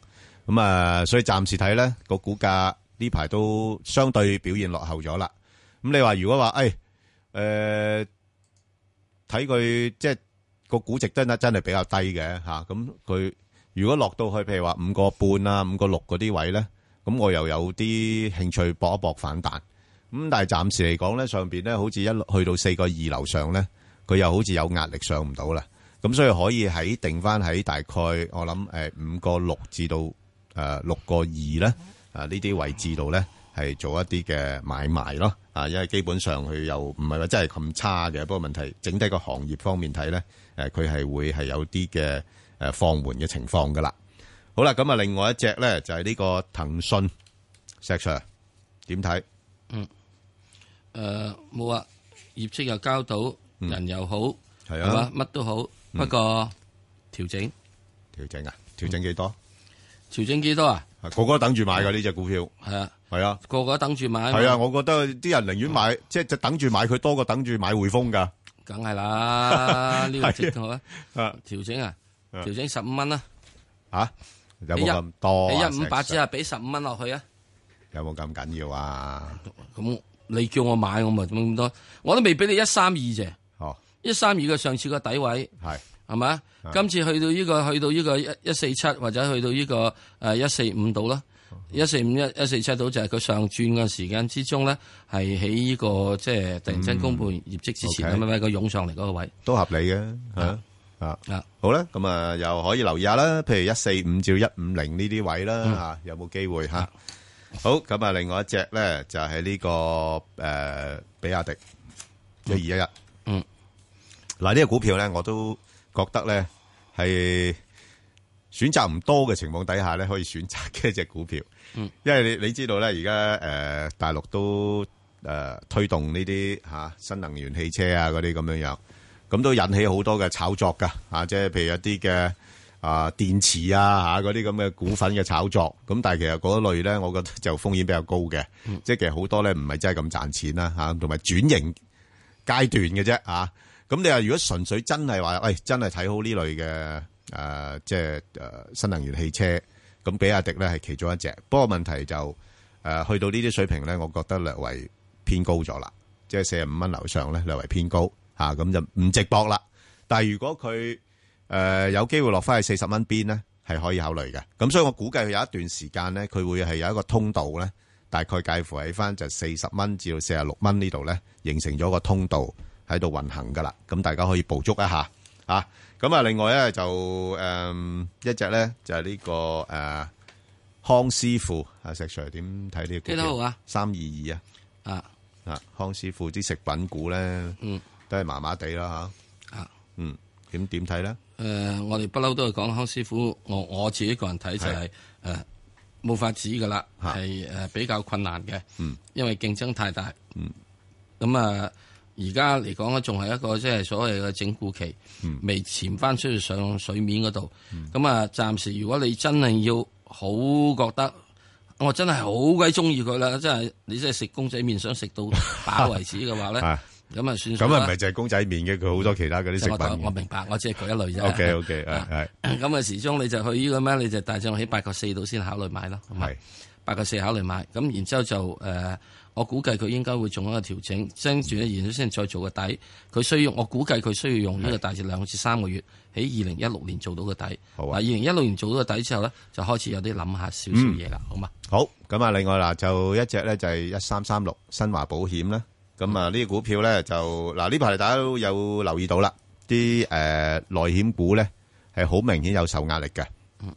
咁啊，所以暫時睇咧個股價呢排都相對表現落後咗啦。咁你話如果話，誒、哎誒睇佢即係個估值真係真係比較低嘅吓，咁、佢如果落到去譬如話五個半啊、五個六嗰啲位咧，咁我又有啲興趣搏一搏反彈。咁但係暫時嚟講咧，上邊咧好似一路去到四個二樓上咧，佢又好似有壓力上唔到啦。咁所以可以喺定翻喺大概我諗誒五個六至到誒呃六個二咧，啊呢啲位置度咧係做一啲嘅買賣咯。啊，因為基本上佢又唔係話真係咁差嘅，不過問題整體個行業方面睇咧，誒佢係會係有啲嘅誒放緩嘅情況噶啦。好啦，咁啊，另外一隻咧就係呢個騰訊，石 Sir 點睇？誒冇啊，業績又交到，人又好，嗯係係嘛啊，乜都好，嗯不過調整調整啊，嗯調整幾多？調整幾多啊？啊個個都等住買㗎呢只股票，係啊，係啊，個個都等住買嘛。係啊，我覺得啲人寧願買，即係就等住買佢多過等住買匯豐㗎。梗係 *laughs* 啦，呢個值得好啊。啊調整啊，調整十五蚊啦。嚇，有哎冇咁多啊？你一五八石之下哦俾十五蚊落去啊！有冇咁緊要啊？咁你叫我買，我咪咁多，我都未俾你一三二啫。哦，一三二嘅上次個底位係係咪啊係今次去到呢、個去到呢個一一四七或者去到呢、個誒一四五度啦，一四五一一四七度就係佢上轉嘅時間之中咧，係喺呢個即係突然間公布業績之前咁啊 OK 樣佢湧上嚟嗰個位。都合理嘅，嚇啊好啦，咁啊又可以留意下啦，譬如一四五至一五零呢啲位啦，啊嗯嚇有冇機會嚇？好，咁啊，另外一隻呢，就係呢個，呃，比亞迪，1211嗱，呢個股票呢，我都覺得呢，係選擇唔多嘅情況底下呢，可以選擇嘅一隻股票。嗯。因為你-啊啊你知道呢，而家，呃，大陸都，呃，推動呢啲，啊，新能源汽車啊嗰啲咁樣樣。咁都引起好多嘅炒作㗎，啊，即係譬如一啲嘅，啊，電池啊，吓嗰啲咁嘅股份嘅炒作。咁但係其實嗰類呢，我覺得就風險比較高嘅，啊即係其實好多呢唔係真係咁賺錢啦，吓，同埋轉型階段嘅啫啊。咁你話如果純粹真係話，喂、真係睇好呢類嘅誒、呃即係誒、呃新能源汽車，咁比亞迪咧係其中一隻。不過問題就誒、呃去到呢啲水平咧，我覺得略為偏高咗啦，即係四十五蚊樓上咧略為偏高嚇，咁、就唔直博啦。但係如果佢誒、呃有機會落翻去四十蚊邊咧，係可以考慮嘅。咁所以我估計佢有一段時間咧，佢會係有一個通道咧，大概介乎喺翻就四十蚊至到四十六蚊呢度咧，形成咗個通道喺度運行噶啦。咁大家可以捕捉一下啊。咁啊，另外咧就誒、嗯一隻咧就係、呢、個誒、呃康師傅啊，石 Sir 點睇呢個股票？幾多號啊？三二二啊。啊啊，康師傅啲食品股咧，嗯，都係麻麻地啦吓。啊，嗯，點點睇咧？誒、呃我哋不嬲都係講康師傅，我我自己個人睇就係誒冇法子噶啦，係誒、呃比較困難嘅，嗯因為競爭太大。嗯，咁啊，而家嚟講咧，仲係一個即係所謂嘅整固期，嗯未潛翻出去上水面嗰度。嗯咁啊、暫時如果你真係要好覺得。我真係好鬼中意佢啦！真係你真係食公仔麵想食到 *laughs* 飽為止嘅話咧，啊咁啊算數咁啊，啦唔係就係公仔麵嘅，佢好多其他嗰啲食品嗯我講嘅。我明白，我只係舉一類啫。 OK，OK，係啊係咁啊，時鐘你就去呢個咩？你就大漲起八個四度先考慮買咯。係八個四考慮買，咁然之後就誒、呃我估計佢應該會做一個調整，跟住咧，然之後先再做個底。佢需要，我估計佢需要用呢個大致兩至三個月，喺二零一六年做到個底。好啊！二零一六年做到個底之後咧，就開始有啲諗下少少嘢啦，好嘛？好，咁啊，另外嗱，就一隻咧就係一三三六新華保險啦。咁啊，呢啲股票咧就嗱呢排大家都有留意到啦，啲誒內險股咧係好明顯有受壓力嘅，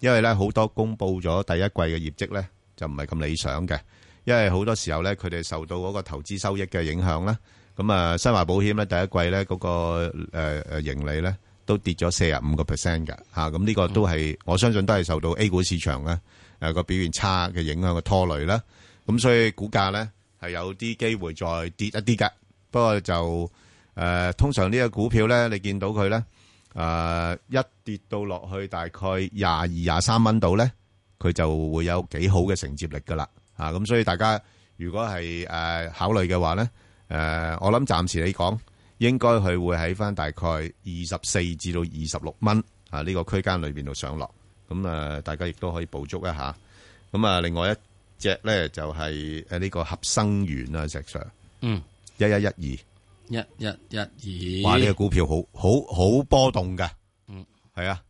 因為咧好多公布咗第一季嘅業績咧就唔係咁理想嘅，因為好多時候咧佢哋受到嗰個投資收益嘅影響啦。咁啊，新華保險咧第一季咧嗰個誒誒盈利咧都跌咗四十五個 percent 嘅嚇，咁呢個都係我相信都係受到 A 股市場咧誒個表現差嘅影響嘅拖累啦。咁所以股價咧係有啲機會再跌一啲嘅，不過就誒通常呢個股票咧，你見到佢咧誒一跌到落去大概廿二廿三蚊度咧。佢就會有幾好嘅承接力噶啦，啊咁所以大家如果係誒、呃考慮嘅話咧，誒、我諗暫時嚟講應該佢會喺翻大概二十四至到二十六蚊啊呢、個區間裏邊度上落，咁、啊大家亦都可以捕捉一下。咁啊另外一隻咧就係呃誒呢個合生元啊石 Sir，嗯，一一一二。一一一二。哇！呢、個股票好好好波動嘅，嗯，係啊，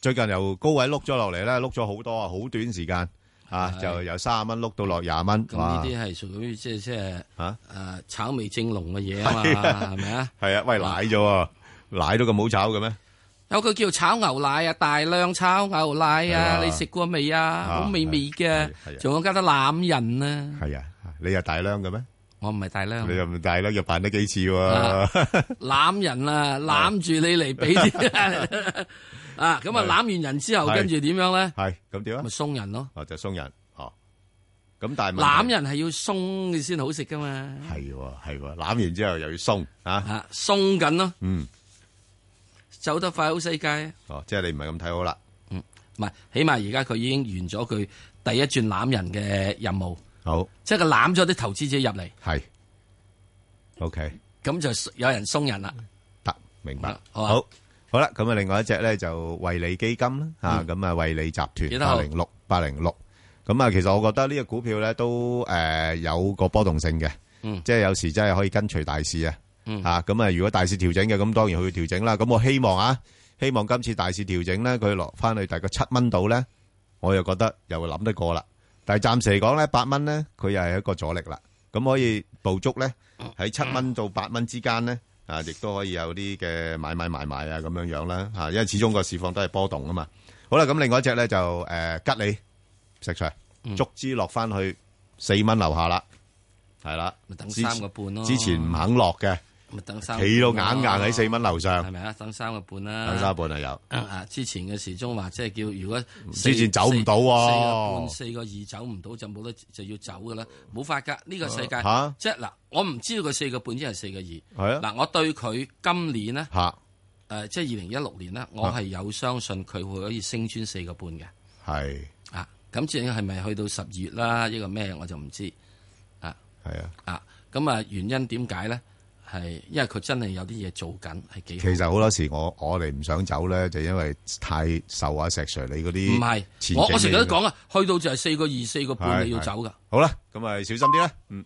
最近由高位碌咗落嚟咧，碌咗好多啊，好短時間啊，係就由三十蚊碌到落廿蚊，咁呢啲啊係屬於即係即係誒炒味正濃嘅嘢啊嘛，係咪啊？？係啊，喂，奶咗啊，奶都咁好炒嘅咩？有個叫炒牛奶啊，大量炒牛奶係啊啊，你食過未啊？啊好美味嘅係啊，仲有加得攬人啊！係啊，你又大量嘅咩？我唔係大量，你啊又唔大量，又扮得幾次嗯啊喎？攬人啊，攬住你嚟俾啲 *laughs* *laughs* 啊！咁啊，攬完人之後，係跟住點樣咧？ *laughs* 係咁點啊？咪鬆人咯，哦就鬆人哦。咁但係攬人係要鬆嘅先好食噶嘛，係喎係喎，攬完之後又要鬆啊，鬆緊咯，嗯，走得快好世界。哦，即係你唔係咁睇好啦。嗯，唔係，起碼而家佢已經完咗佢第一轉攬人嘅任務，好，即係佢攬咗啲投資者入嚟，係，OK。咁就有人鬆人啦。明白，好啊好，好啦，咁啊，另外一隻咧就惠利基金啦，啊，咁啊，惠利集幾團多八號零六八零六，咁啊，其實我覺得呢個股票咧都誒有個波動性嘅，嗯即係有時真係可以跟隨大市啊，嗯啊，咁啊，如果大市調整嘅，咁當然佢會調整啦。咁我希望啊，希望今次大市調整咧，佢落翻去大概七蚊度咧，我又覺得又諗得過啦。但係暫時嚟講咧，八蚊咧，佢又係一個阻力啦。咁可以捕捉咧喺七蚊到八蚊之間咧，啊，亦都可以有啲嘅買買賣賣啊咁樣樣啦嚇，因為始終個市況都係波動啊嘛。好啦，咁另外一隻咧就誒吉利石 Sir，嗯逐支落翻去四蚊樓下啦，係啦，等之三個半咯之前唔肯落嘅，咪等三個半企到咯硬硬喺四蚊樓上係，咪啊？等三個半啦，等三個半啊有。啊！之前嘅時鐘話，即係叫如果之前走唔到啊喎四四個半四個二走唔到就冇得就要走噶啦，冇法㗎。呢、個世界、啊嚇即係嗱，我唔知道佢四個半即係四個二。係啊嗱，我對佢今年呢，嚇誒即係二零一六年呢，我係有相信佢會可以升穿四個半嘅。係啊，咁至於係咪去到十二月啦？呢個咩我就唔知啊。係啊，啊咁啊，原因點解咧？係因為佢真係有啲嘢做緊，係幾好其實好多時我我哋唔想走咧，就因為太受啊石 Sir 你嗰唔啲係前景我我成影日都響講啊，去到就係四個二、四個半係你要係走噶。好啦，咁咪小心啲啦。嗯，